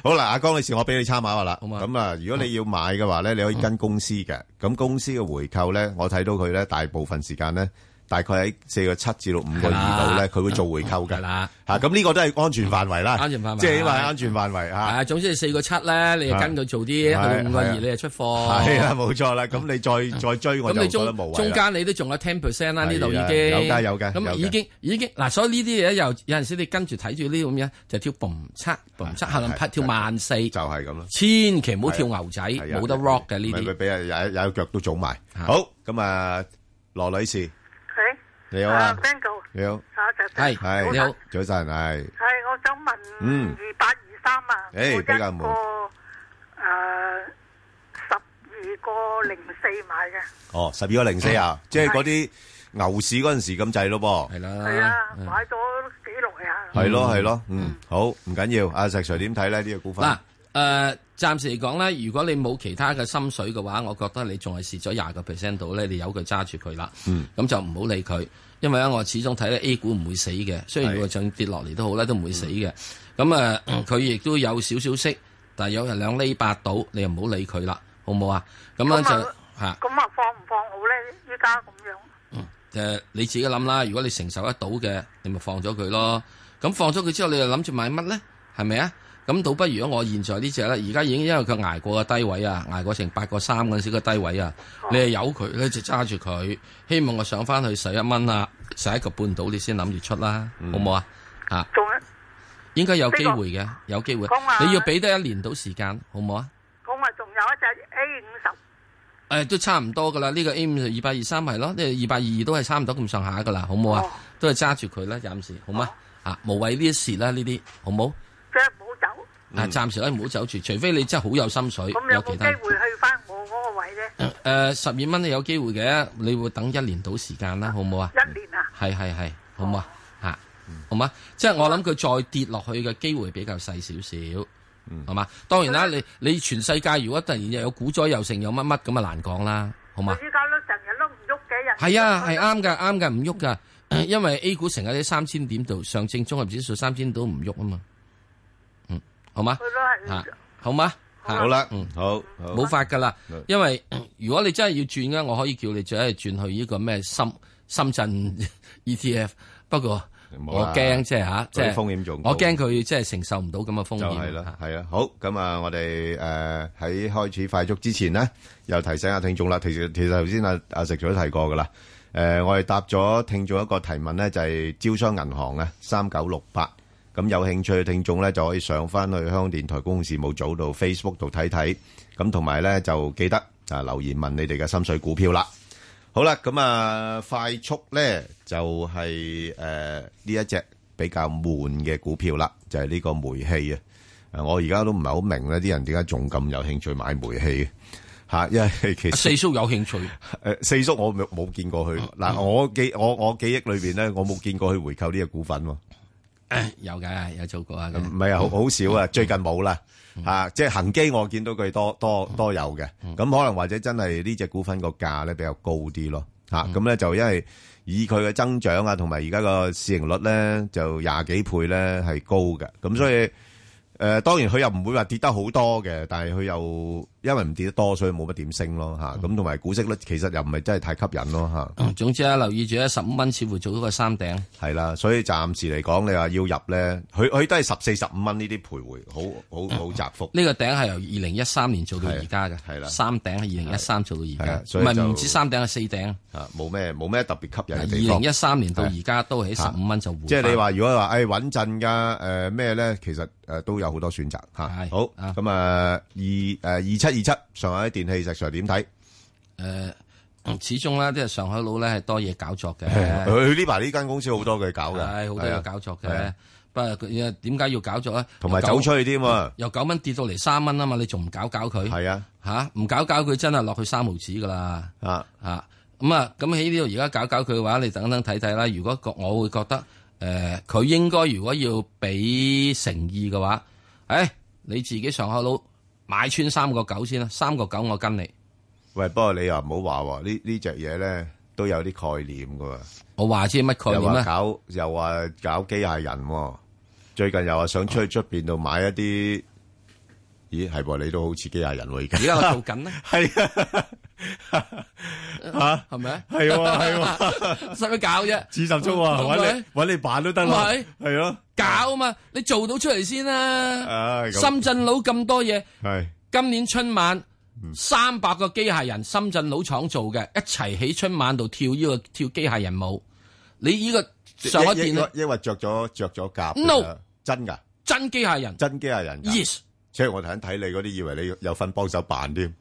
Speaker 3: 好啦，阿江女士，我俾你參考下啦。咁啊，如果你要買嘅話咧，你可以跟公司嘅。咁公司嘅回購咧，我睇到佢咧，大部分時間咧，大概喺四個七至到五個二度咧，佢會做回購嘅。
Speaker 4: 啦，
Speaker 3: 吓咁呢個都係安全範圍啦。
Speaker 4: 安全範圍
Speaker 3: 即係起碼係安全範圍吓。
Speaker 4: 啊，總之你四個七咧，你就跟佢做啲，去
Speaker 3: 啊係
Speaker 4: 到五個
Speaker 3: 係
Speaker 4: 二你就出貨。
Speaker 3: 係啊，冇錯啦。咁你再再追我
Speaker 4: 咁你
Speaker 3: 就覺得
Speaker 4: 中
Speaker 3: 無謂啦
Speaker 4: 中間你都仲有 ten percent 啦，呢度已
Speaker 3: 係啊
Speaker 4: 經
Speaker 3: 有㗎有㗎有
Speaker 4: 咁
Speaker 3: 㗎
Speaker 4: 已經已經嗱，所以呢啲嘢又有陣時你跟住睇住呢啲咁樣，就跳蹦七蹦七，下
Speaker 3: 係
Speaker 4: 輪
Speaker 3: 係
Speaker 4: 跳萬四，就
Speaker 3: 係咁咯。
Speaker 4: 千祈唔好跳
Speaker 3: 係啊
Speaker 4: 牛仔，
Speaker 3: 係啊
Speaker 4: 冇得 rock 嘅呢
Speaker 3: 咪咪
Speaker 4: 啲。
Speaker 3: 俾人有有腳都腫埋。好，咁啊，羅女士，
Speaker 9: 佢
Speaker 3: 你好啊，
Speaker 9: ，Ben 哥，
Speaker 3: 你好，
Speaker 9: 啊就
Speaker 3: 係係
Speaker 4: Dạ.
Speaker 9: 你好，
Speaker 3: 早晨係，
Speaker 9: 系我想问
Speaker 3: 嗯
Speaker 9: 二八二三啊，
Speaker 3: 誒
Speaker 9: 我一
Speaker 3: 比較冇
Speaker 9: 個诶十二個零四買嘅，
Speaker 3: 哦，十二個零四啊，即係嗰啲牛市嗰阵时咁滯咯噃，
Speaker 4: 系
Speaker 9: 係
Speaker 3: 啦，
Speaker 4: 嗯
Speaker 9: 啊，買咗幾耐啊？
Speaker 3: 係咯係咯，嗯，好，唔緊要，阿石 Sir 點睇咧呢個股份？
Speaker 4: 嗱，誒，暫時嚟講咧，如果你冇其他嘅心水嘅話，我覺得你仲係蝕咗廿個 percent 度咧，你由佢揸住佢啦。
Speaker 11: 嗯
Speaker 4: 咁就唔好理佢，因為咧我始終睇咧 A 股唔會死嘅，雖然佢就算跌落嚟都好啦，都唔會死嘅。咁啊， 呃佢亦都有少少息，但係有人兩厘八到，你又唔好理佢啦，好唔好啊？咁樣
Speaker 9: 咁
Speaker 4: 就
Speaker 9: 啊
Speaker 4: 嚇
Speaker 9: 咁啊放唔放好咧？依家咁樣，
Speaker 4: 誒，你自己諗啦。如果你承受得到嘅，你咪放咗佢咯。咁放咗佢之後，你又諗住買乜咧？係咪啊？咁倒不如我現在呢只咧，而家已經因為佢捱過個低位啊，捱過成八個三嗰陣時個低位啊，
Speaker 9: 哦
Speaker 4: 你係由佢咧就揸住佢，希望我上翻去十一蚊啊，十一個半到你先諗住出啦，
Speaker 9: 嗯
Speaker 4: 好唔好啊？啊，應該有機會嘅，有機會
Speaker 9: 講。啊下
Speaker 4: 你要俾多一年到時間，好唔好啊？
Speaker 9: 咁啊仲有一隻 A 五十，
Speaker 4: 誒、都差唔多噶啦，呢、個 A 五二八二三係咯，呢二八二二都係差唔多咁上下噶啦，好
Speaker 9: 哦
Speaker 4: 冇啊？都係揸住佢啦，暫時好嘛？啊，無謂呢一事啦，呢啲好冇？
Speaker 9: 即係唔好走。
Speaker 4: 啊，暫時咧唔好走住，除非你真係好有心水，
Speaker 9: 嗯咁有
Speaker 4: 有
Speaker 9: 冇
Speaker 4: 其
Speaker 9: 機
Speaker 4: 他
Speaker 9: 會去翻我嗰個位咧？
Speaker 4: 誒十二蚊你有機會嘅，你會等一年到時間啦，好冇啊？
Speaker 9: 一年啊，
Speaker 4: 係係係，好冇啊？嚇，好嘛？即係我諗佢再跌落去嘅機會比較細少少，
Speaker 3: 嗯
Speaker 4: 好嘛？當然啦，你你全世界如果突然有股災又成有乜乜咁啊難講啦，好嘛？
Speaker 9: 佢依家都成日都唔喐嘅人。
Speaker 4: 係啊，係啱噶，啱噶，唔喐噶， 因為 A 股成日喺三千點度，上證綜合指數三千都唔喐啊嘛，嗯，好嘛，吓，好嘛，嚇
Speaker 3: 好啦，
Speaker 4: 嗯，
Speaker 3: 好，好
Speaker 4: 冇法噶啦，因為 如果你真係要轉嘅，我可以叫你最係轉去呢個咩深深圳 ETF，不過
Speaker 3: 好
Speaker 4: 我
Speaker 3: 啦
Speaker 4: 驚即係吓，即係
Speaker 3: 啊嗰啲風險仲高
Speaker 4: 我驚佢即係承受唔到咁嘅風險，
Speaker 3: 就係啦，係啊，好咁啊，我哋誒喺開始快速之前咧，又提醒下聽眾啦。其實其實頭先阿阿石 Sir 都提過噶啦，誒我哋答咗聽眾一個提問咧，就係招商銀行啊，三九六八。咁有興趣嘅聽眾咧，就可以上翻去香港電台公共事務組度 Facebook 度睇睇。咁同埋咧就記得啊留言問你哋嘅心水股票啦。好啦，咁啊，快速咧就係誒呢一隻比較悶嘅股票啦，就係、呢個煤氣啊。誒我而家都唔係好明咧，啲人點解仲咁有興趣買煤氣嘅吓，因為 其實
Speaker 4: 四叔有興趣。
Speaker 3: 诶，四叔我冇冇見過佢。嗱，我記我我记忆裏边咧，我冇見過佢回購呢個股份喎。
Speaker 4: 有嘅，有做過啊。
Speaker 3: 唔係啊，好好少啊，最近冇啦。啊，即係恒基，我見到佢多多多有嘅。咁可能或者真係呢只股份個價咧比較高啲咯。吓，咁咧就因為以佢嘅增長啊，同埋而家個市盈率咧就廿幾倍咧係高嘅。咁所以诶，當然佢又唔會話跌得好多嘅，但係佢又因為唔跌得多，所以冇乜點升咯吓。咁同埋股息率其實又唔係真係太吸引咯吓。
Speaker 4: 嗯總之啊，留意住咧，十五蚊似乎做咗個三頂。
Speaker 3: 系啦，所以暫時嚟講，你話要入咧，佢佢都係十四十五蚊呢啲徘徊，好好好窄幅。
Speaker 4: 呢個頂係由二零一三年做到而家嘅，
Speaker 3: 係啦
Speaker 4: 三頂係二零一三做到而
Speaker 3: 係啊
Speaker 4: 家，
Speaker 3: 所
Speaker 4: 唔
Speaker 3: 以
Speaker 4: 係
Speaker 3: 就
Speaker 4: 唔止三頂係四頂。
Speaker 3: 啊，冇咩冇咩特別吸引
Speaker 4: 二
Speaker 3: 嘅地方。
Speaker 4: 零一三年到而家都喺十五蚊就換。
Speaker 3: 即係你話如果話誒穩陣㗎誒咩咧，其實誒都有好多選擇嚇。好咁啊，二誒二七二七上海電器石 Sir 點睇？
Speaker 4: 誒，嗯始終咧，即係上海佬咧係多嘢搞作嘅。
Speaker 3: 佢呢排呢間公司好多佢搞嘅，
Speaker 4: 係好多
Speaker 3: 係啊
Speaker 4: 嘢搞作
Speaker 3: 係啊
Speaker 4: 嘅。不過佢點解要搞作咧？
Speaker 3: 同埋
Speaker 4: 由九
Speaker 3: 走出去添喎，
Speaker 4: 由九蚊跌到嚟三蚊啊嘛，你仲唔搞搞佢？
Speaker 3: 係啊，
Speaker 4: 嚇唔搞搞佢真係落去三毫子噶啦。
Speaker 3: 啊
Speaker 4: 啊咁啊，咁喺呢度而家搞搞佢嘅話，你等等睇睇啦。如果覺我會覺得誒，佢、應該如果要俾誠意嘅話，誒、你自己上海佬買穿三個九先啦，三個九我跟你。
Speaker 3: 喂，不過你又唔好話喎，呢呢只嘢咧都有啲概念㗎喎。
Speaker 4: 我話知乜概
Speaker 3: 又
Speaker 4: 念啊
Speaker 3: 話
Speaker 4: 咧？
Speaker 3: 搞又話搞機械人喎，最近又話想出去出邊度買一啲，咦係喎，你都好似機械人喎而家。
Speaker 4: 而家我做緊咧，
Speaker 3: 係 啊，
Speaker 4: 係咪啊？
Speaker 3: 係喎係 喎
Speaker 4: 使乜搞啫？
Speaker 3: 自十足啊，揾你揾你扮都得啦
Speaker 4: 唔係，
Speaker 3: 係咯，
Speaker 4: 搞啊嘛，你做到出嚟先啦。
Speaker 3: 唉咁
Speaker 4: 深圳佬咁多嘢，
Speaker 3: 係
Speaker 4: 今年春晚三百個機械人，深圳佬廠做嘅，一齊喺春晚度跳呢個跳機械人舞。你呢個上海
Speaker 3: 抑
Speaker 4: 電
Speaker 3: 抑
Speaker 4: 腦
Speaker 3: 抑或着咗着咗甲
Speaker 4: No
Speaker 3: 真㗎，
Speaker 4: 真機械人，
Speaker 3: 真機械人㗎
Speaker 4: Yes
Speaker 3: 所以我頭先睇你嗰啲，以為你有份幫手扮添。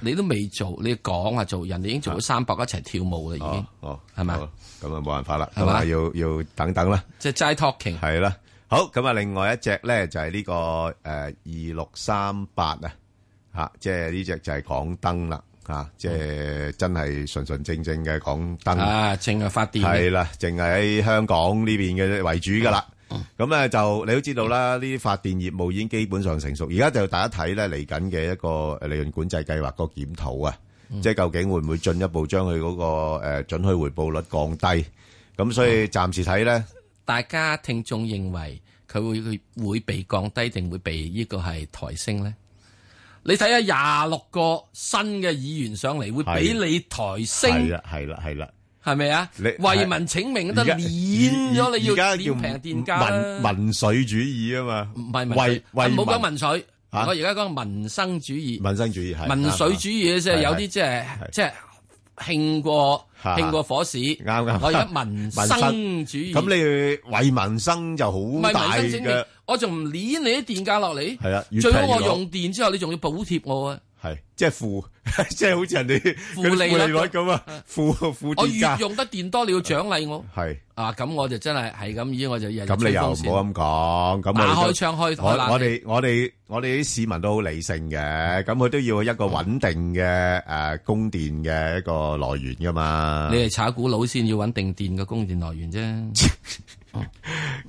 Speaker 4: 你都未做，你講啊做，人哋已經做咗三百一齊跳舞啦，已經
Speaker 3: 哦，
Speaker 4: 係咪
Speaker 3: 好啦？咁啊冇辦法啦，
Speaker 4: 係
Speaker 3: 咁
Speaker 4: 嘛
Speaker 3: 啊要要等等啦。
Speaker 4: 即係齋 talking。
Speaker 3: 系啦，好咁啊，另外一隻咧就係呢、個个诶二六三八啊，吓，即係呢只就係港燈啦，吓、即係真係純純正正嘅港燈
Speaker 4: 啊，淨係發電嘅
Speaker 3: 係啦，淨係喺香港呢邊嘅為主噶啦。咁咧就你都知道啦，呢啲發電業務已經基本上成熟，而家就大家睇咧嚟緊嘅一個利潤管制計劃個檢討啊，即係究竟會唔會進一步將佢嗰個誒準許回報率降低？咁所以暫時睇咧。
Speaker 4: 大家聽眾認為佢會佢會被降低定會被呢個係抬升咧？你睇下廿六個新嘅議員上嚟，會俾
Speaker 3: 係
Speaker 4: 你抬升
Speaker 3: 係，啦，係啦，係啦。
Speaker 4: 係咪啊？
Speaker 3: 你
Speaker 4: 為民請命得
Speaker 3: 而家
Speaker 4: 碾咗你要
Speaker 3: 而家叫
Speaker 4: 碾平電價啦
Speaker 3: 民民粹主義啊嘛，唔
Speaker 4: 係民
Speaker 3: 為
Speaker 4: 粹啊
Speaker 3: 為
Speaker 4: 唔好講民粹，我
Speaker 3: 嚇
Speaker 4: 而家講民生主義。
Speaker 3: 民生主義係
Speaker 4: 民粹主義咧，即係有啲即係即係興過
Speaker 3: 嚇
Speaker 4: 興過火市，啱
Speaker 3: 啱啱
Speaker 4: 我而家民生主義，
Speaker 3: 咁你為民生就
Speaker 4: 唔
Speaker 3: 好
Speaker 4: 係
Speaker 3: 大
Speaker 4: 民生主義
Speaker 3: 嘅，
Speaker 4: 我仲唔攣你啲電價落嚟？
Speaker 3: 係啊越
Speaker 4: 最好
Speaker 3: 平越
Speaker 4: 我
Speaker 3: 攞
Speaker 4: 用電之後，你仲要補貼我啊！
Speaker 3: 係即係負， 即係好似人哋
Speaker 4: 負
Speaker 3: 嗰啲
Speaker 4: 利率
Speaker 3: 率咁啊，負負
Speaker 4: 我
Speaker 3: 電
Speaker 4: 越
Speaker 3: 價
Speaker 4: 用得電多，你要獎勵我
Speaker 3: 係。
Speaker 4: 啊！咁我就真係係咁依，我就日日
Speaker 3: 咁你又唔
Speaker 4: 吹風
Speaker 3: 好咁講，咁
Speaker 4: 打
Speaker 3: 我哋都
Speaker 4: 開窗開
Speaker 3: 我
Speaker 4: 開冷氣
Speaker 3: 我哋我哋我哋啲市民都好理性嘅，咁佢都要一個穩定嘅誒供電嘅一個來源噶嘛。
Speaker 4: 扇你係炒股佬先要穩定電嘅供電來源 啫。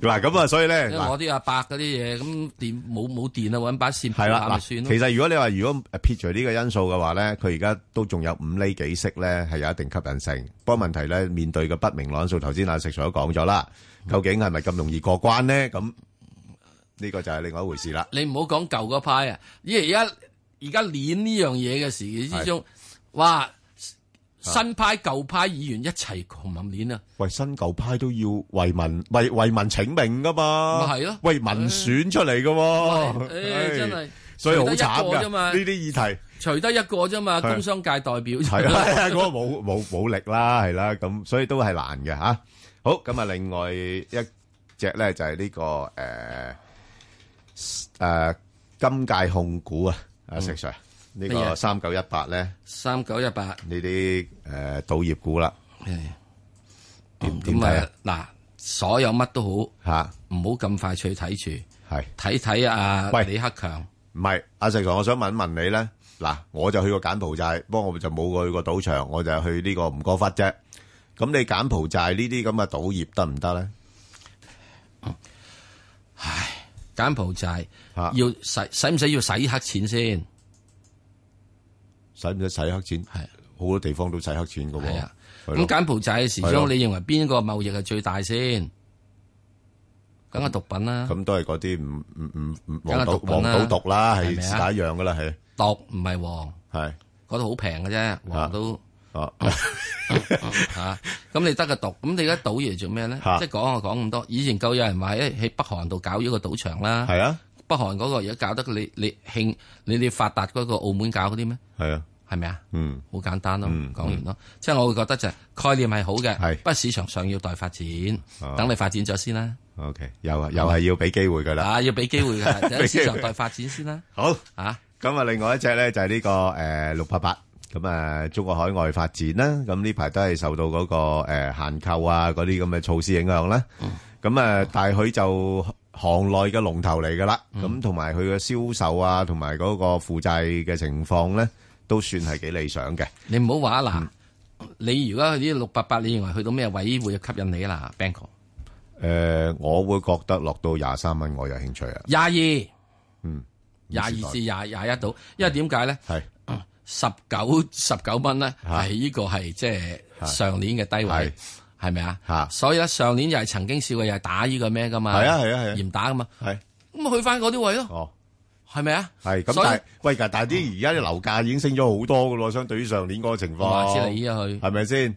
Speaker 3: 嗱咁啊，所以咧
Speaker 4: 因為
Speaker 3: 嗱
Speaker 4: 我啲阿伯嗰啲嘢，咁電冇冇電啊，揾把線
Speaker 3: 係啦，
Speaker 4: 撥下咪算
Speaker 3: 嗱，
Speaker 4: 咯。
Speaker 3: 其實如果你話如果撇除呢個因素嘅話咧，佢而家都仲有五厘幾息咧，係有一定吸引性。不過問題咧，面對嘅不明朗因素，頭先阿石 Sir 都講咗啦，究竟係咪咁容易過關咧？咁呢個就係另外一回事啦。
Speaker 4: 你唔好講舊嗰派啊，而而家而家捻呢樣嘢嘅時期之中，哇！新派舊派議員一齊窮咁捻啊！
Speaker 3: 喂，新舊派都要為民為為民請命噶嘛，
Speaker 4: 咪係咯
Speaker 3: 為民選出嚟噶喎，哦唉
Speaker 4: 誒，真係，
Speaker 3: 所以好慘
Speaker 4: 除得一個
Speaker 3: 㗎
Speaker 4: 啫嘛
Speaker 3: 呢啲議題。
Speaker 4: 除得一個啫嘛，
Speaker 3: 係
Speaker 4: 工商界代表
Speaker 3: 係啊，係啊嗰個冇冇冇力啦，係啦，咁所以都係難嘅吓。好，咁啊，另外一隻咧就係呢個诶诶金界控股啊，阿石 Sir 呢
Speaker 4: 乜
Speaker 3: 個
Speaker 4: 嘢
Speaker 3: 三九一八咧，
Speaker 4: 三九一八呢
Speaker 3: 啲诶賭業股啦，啊點點
Speaker 4: 咁
Speaker 3: 睇
Speaker 4: 啊
Speaker 3: 啊？
Speaker 4: 嗱，所有乜都好
Speaker 3: 吓，
Speaker 4: 唔好咁快去睇住，
Speaker 3: 係
Speaker 4: 睇睇啊
Speaker 3: 喂
Speaker 4: 李克強
Speaker 3: 唔係阿石 Sir，我想問一問你咧，嗱，我就去過柬埔寨，不過我就冇去過賭場，我就去呢個吳哥窟啫。咁你柬埔寨呢啲咁嘅賭業得唔得咧？
Speaker 4: 柬埔寨
Speaker 3: 啊
Speaker 4: 要使使唔使要洗黑錢先？
Speaker 3: 使唔使洗黑錢？
Speaker 4: 係
Speaker 3: 好多地方都洗黑錢噶喎。
Speaker 4: 係啊，
Speaker 3: 係咯
Speaker 4: 咁柬埔寨嘅時
Speaker 3: 係咯
Speaker 4: 鐘，你認為邊個貿易係最大先？梗係毒品啦。
Speaker 3: 咁都係嗰啲唔唔唔唔
Speaker 4: 梗係
Speaker 3: 黃賭
Speaker 4: 毒
Speaker 3: 黃
Speaker 4: 品啦
Speaker 3: 賭毒啦，
Speaker 4: 係
Speaker 3: 係
Speaker 4: 咪啊
Speaker 3: 是但一樣噶啦，係
Speaker 4: 毒唔係黃，
Speaker 3: 係
Speaker 4: 嗰度好平嘅
Speaker 3: 啊
Speaker 4: 啫，黃 都
Speaker 3: 哦
Speaker 4: 啊嚇。咁你得個毒，咁你而家賭嘢做咩咧？
Speaker 3: 嚇
Speaker 4: 即係講啊就講咁多。以前夠有人話誒喺北韓度搞咗個賭場啦，
Speaker 3: 係啊，
Speaker 4: 北韓嗰個而家搞得你你興你你發達嗰個澳門搞嗰啲咩？
Speaker 3: 係啊，
Speaker 4: 係咪啊？
Speaker 3: 嗯，
Speaker 4: 好簡單咯
Speaker 3: 嗯，
Speaker 4: 講完咯。即係我會覺得就係概念係好嘅，不過市場上要待發展，
Speaker 3: 哦
Speaker 4: 等你發展咗先啦。
Speaker 3: OK，又啊又係要俾機會噶啦。
Speaker 4: 啊，要俾機會 㗎，
Speaker 3: 俾
Speaker 4: 等市場
Speaker 3: 機會
Speaker 4: 待發展先啦。
Speaker 3: 好
Speaker 4: 啊，
Speaker 3: 咁啊，另外一隻咧就係呢個誒六八八，咁啊中國海外發展啦，咁呢排都係受到嗰個誒限購啊嗰啲咁嘅措施影響啦。咁啊，但係佢就行內嘅龍頭嚟噶啦，
Speaker 4: 嗯
Speaker 3: 咁同埋佢嘅銷售啊，同埋嗰個負債嘅情況咧，都算係幾理想嘅。
Speaker 4: 你唔好話嗱，
Speaker 3: 嗯
Speaker 4: 你如果去呢六八八，你認為去到咩位會吸引你啦？Bank
Speaker 3: 誒，我會覺得落到廿三蚊，我有興趣啊。
Speaker 4: 廿二。
Speaker 3: 嗯，
Speaker 4: 廿二至廿廿一度，因為點解咧？
Speaker 3: 係
Speaker 4: 十九十九蚊咧，係呢個係即
Speaker 3: 係
Speaker 4: 係上年嘅低
Speaker 3: 係
Speaker 4: 位，係咪啊？
Speaker 3: 嚇，
Speaker 4: 所以咧上年又係曾經試過又係打呢個咩噶嘛？
Speaker 3: 係啊係啊係啊
Speaker 4: 嚴打噶嘛？
Speaker 3: 係
Speaker 4: 咁去翻嗰啲位咯。
Speaker 3: 哦，
Speaker 4: 係咪啊？
Speaker 3: 係咁，
Speaker 4: 所以
Speaker 3: 但係喂，但係啲而家啲樓價已經升咗好多噶咯，相對於上年嗰個情況，
Speaker 4: 華之利啊佢
Speaker 3: 係咪先？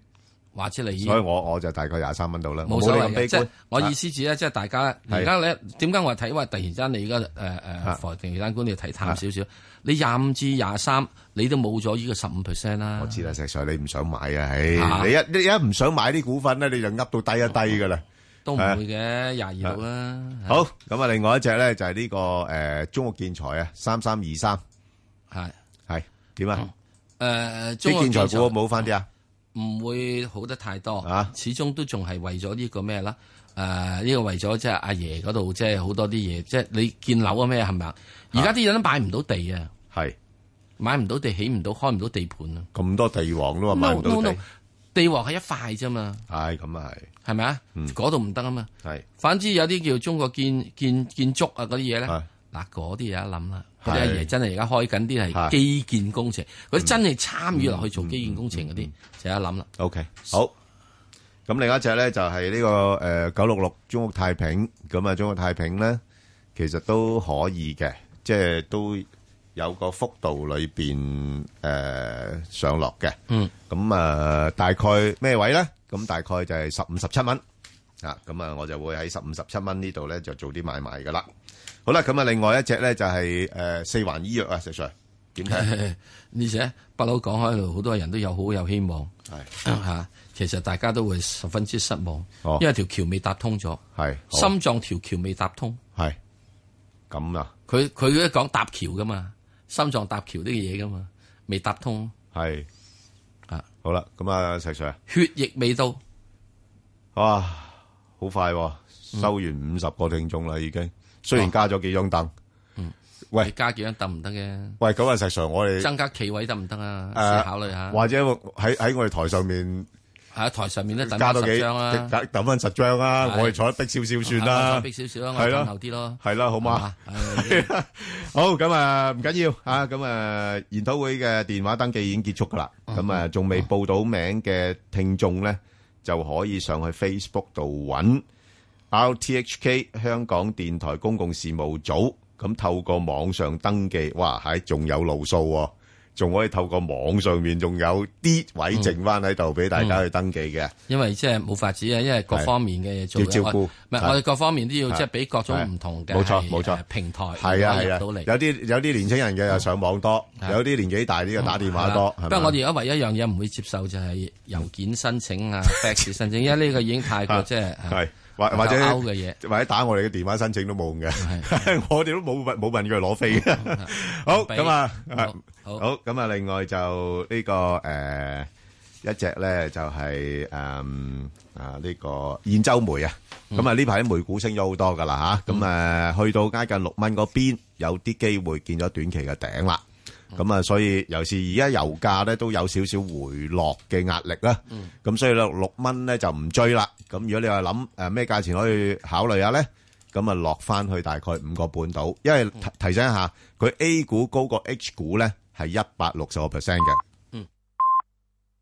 Speaker 4: 華之利
Speaker 3: 哦所以我我就大概廿三蚊度啦，
Speaker 4: 冇
Speaker 3: 冇
Speaker 4: 所
Speaker 3: 你
Speaker 4: 謂
Speaker 3: 咁
Speaker 4: 嘅，
Speaker 3: 悲
Speaker 4: 即係
Speaker 3: 觀。
Speaker 4: 我意思指咧，即係大家
Speaker 3: 係啊
Speaker 4: 而家咧點解我睇話突然間你而家誒誒房地產官你要睇淡少少，你廿五至廿三你都冇咗呢個十五 percent 啦。我
Speaker 3: 知啦，石 Sir 你唔想買啊，唉，
Speaker 4: 嚇
Speaker 3: 你一你一唔想買啲股份咧，你就噏到低一低噶啦，
Speaker 4: 都唔
Speaker 3: 啊
Speaker 4: 會嘅，廿二度啦。
Speaker 3: 好，咁啊，另外一隻咧就係呢個誒中國建材啊，三三二三，
Speaker 4: 係
Speaker 3: 係點啊？
Speaker 4: 誒，中
Speaker 3: 啲
Speaker 4: 國
Speaker 3: 建材股啊冇翻啲啊？
Speaker 4: 唔會好得太多，始終都仲係為咗呢個咩啦？誒、呢、個為咗即係阿爺嗰度，即係好多啲嘢，即係你建樓啊咩係咪啊？而家啲人都買唔到地啊，
Speaker 3: 係
Speaker 4: 買唔到地，起唔到，開唔到地盤啊！
Speaker 3: 咁多地王都話哦買唔
Speaker 4: No,
Speaker 3: 到
Speaker 4: no,
Speaker 3: 地
Speaker 4: no，，地王係一塊啫嘛，
Speaker 3: 係咁啊係。
Speaker 4: 係咪啊？嗰度唔得啊嘛。
Speaker 3: 係，
Speaker 4: 反之有啲叫中國建建建築啊嗰啲嘢咧，
Speaker 3: 係
Speaker 4: 嗱嗰啲有得諗啦。
Speaker 3: 係
Speaker 4: 嗰啲阿爺真係而家開緊啲係
Speaker 3: 係嗯
Speaker 4: 基建工程，嗰啲真係參與落去做基建工程嗰啲就有得諗啦。
Speaker 3: OK，好。咁另一隻咧就係呢個誒九六六中國太平，咁啊中國太平咧其實都可以嘅，即係都有個幅度裏邊誒上落嘅。
Speaker 4: 嗯，
Speaker 3: 咁啊大概咩位咧？咁大概就係十五十七蚊啊，咁啊我就會喺十五十七蚊呢度咧就做啲買賣噶啦。好啦，咁啊另外一隻咧就係誒四環醫藥啊，石 Sir 點睇？
Speaker 4: 而且不嬲講開度，好多人都有好有希望，
Speaker 3: 係
Speaker 4: 嚇。其實大家都會十分之失望，
Speaker 3: 哦
Speaker 4: 因為條橋未搭通咗，
Speaker 3: 係好
Speaker 4: 心臟條橋未搭通。
Speaker 3: 係咁啊，
Speaker 4: 佢佢都講搭橋噶嘛，心臟搭橋呢個嘢噶嘛，未搭通，
Speaker 3: 係
Speaker 4: 啊，
Speaker 3: 好啦，咁啊石 Sir。
Speaker 4: 血液未到，
Speaker 3: 哇，好快、喎，
Speaker 4: 嗯
Speaker 3: 收完五十個聽眾啦，已經。雖然加咗幾張凳，喂
Speaker 4: 你加幾樣得唔得嘅？
Speaker 3: 喂，咁啊，石 Sir，我哋
Speaker 4: 增加企位得唔得啊？
Speaker 3: 誒
Speaker 4: 試考慮下。
Speaker 3: 或者喺喺我哋台上面
Speaker 4: 喺台上面咧，等加
Speaker 3: 加多
Speaker 4: 多
Speaker 3: 幾
Speaker 4: 幾張啦，
Speaker 3: 等等翻十張啦，
Speaker 4: 係
Speaker 3: 我哋坐得逼少少算
Speaker 4: 啊
Speaker 3: 啦，
Speaker 4: 我逼少少啦，我
Speaker 3: 係
Speaker 4: 等
Speaker 3: 咯
Speaker 4: 後啲咯。
Speaker 3: 係啦，好嘛？ 好，咁啊，唔緊要啊，咁啊，研討會嘅電話登記已經結束噶啦，咁啊，仲未報到名嘅聽眾咧，就可以上去 Facebook 度揾 RTHK 香港電台公共事務組，咁透過網上登記，哇，係仲有路數喎，仲可以透過網上面仲有啲位剩翻喺度俾大家去登記嘅，
Speaker 4: 因為即係冇法子啊，因為各方面嘅嘢做
Speaker 3: 要照顧
Speaker 4: 我唔係
Speaker 3: 係
Speaker 4: 我哋各方面都要
Speaker 3: 係
Speaker 4: 即係俾各種唔同嘅
Speaker 3: 冇錯
Speaker 4: 係
Speaker 3: 冇錯
Speaker 4: 誒平台
Speaker 3: 係啊
Speaker 4: 可以
Speaker 3: 係
Speaker 4: 入
Speaker 3: 啊，
Speaker 4: 到嚟。
Speaker 3: 有啲有啲年青人嘅又上網多，有啲年紀大啲嘅打電話多，
Speaker 4: 係
Speaker 3: 係
Speaker 4: 啦不過
Speaker 3: 咪
Speaker 4: 我哋而家唯一一樣嘢唔會接受就係郵件申請 啊、fax 申請，因為呢個已經太過即係
Speaker 3: 係或或者
Speaker 4: 啊勾嘅嘢。
Speaker 3: 或者打我哋嘅電話申請都冇用嘅， 我哋都冇問冇問佢攞飛嘅。好
Speaker 2: 俾
Speaker 3: 咁啊，
Speaker 4: 好
Speaker 3: 好咁啊，另外就呢個誒一隻咧就係誒啊呢個燕州煤啊，咁啊呢排啲煤股升咗好多噶啦吓，咁誒去到挨近六蚊嗰邊有啲機會見咗短期嘅頂啦。咁啊，所以尤其是而家油價咧都有少少回落嘅壓力啦。咁所以咧六蚊咧就唔追啦。咁如果你話諗誒咩價錢可以考慮下咧，咁啊落翻去大概五個半度，因為提提醒一下，佢 A 股高過 H 股咧係一百六十個 percent 嘅。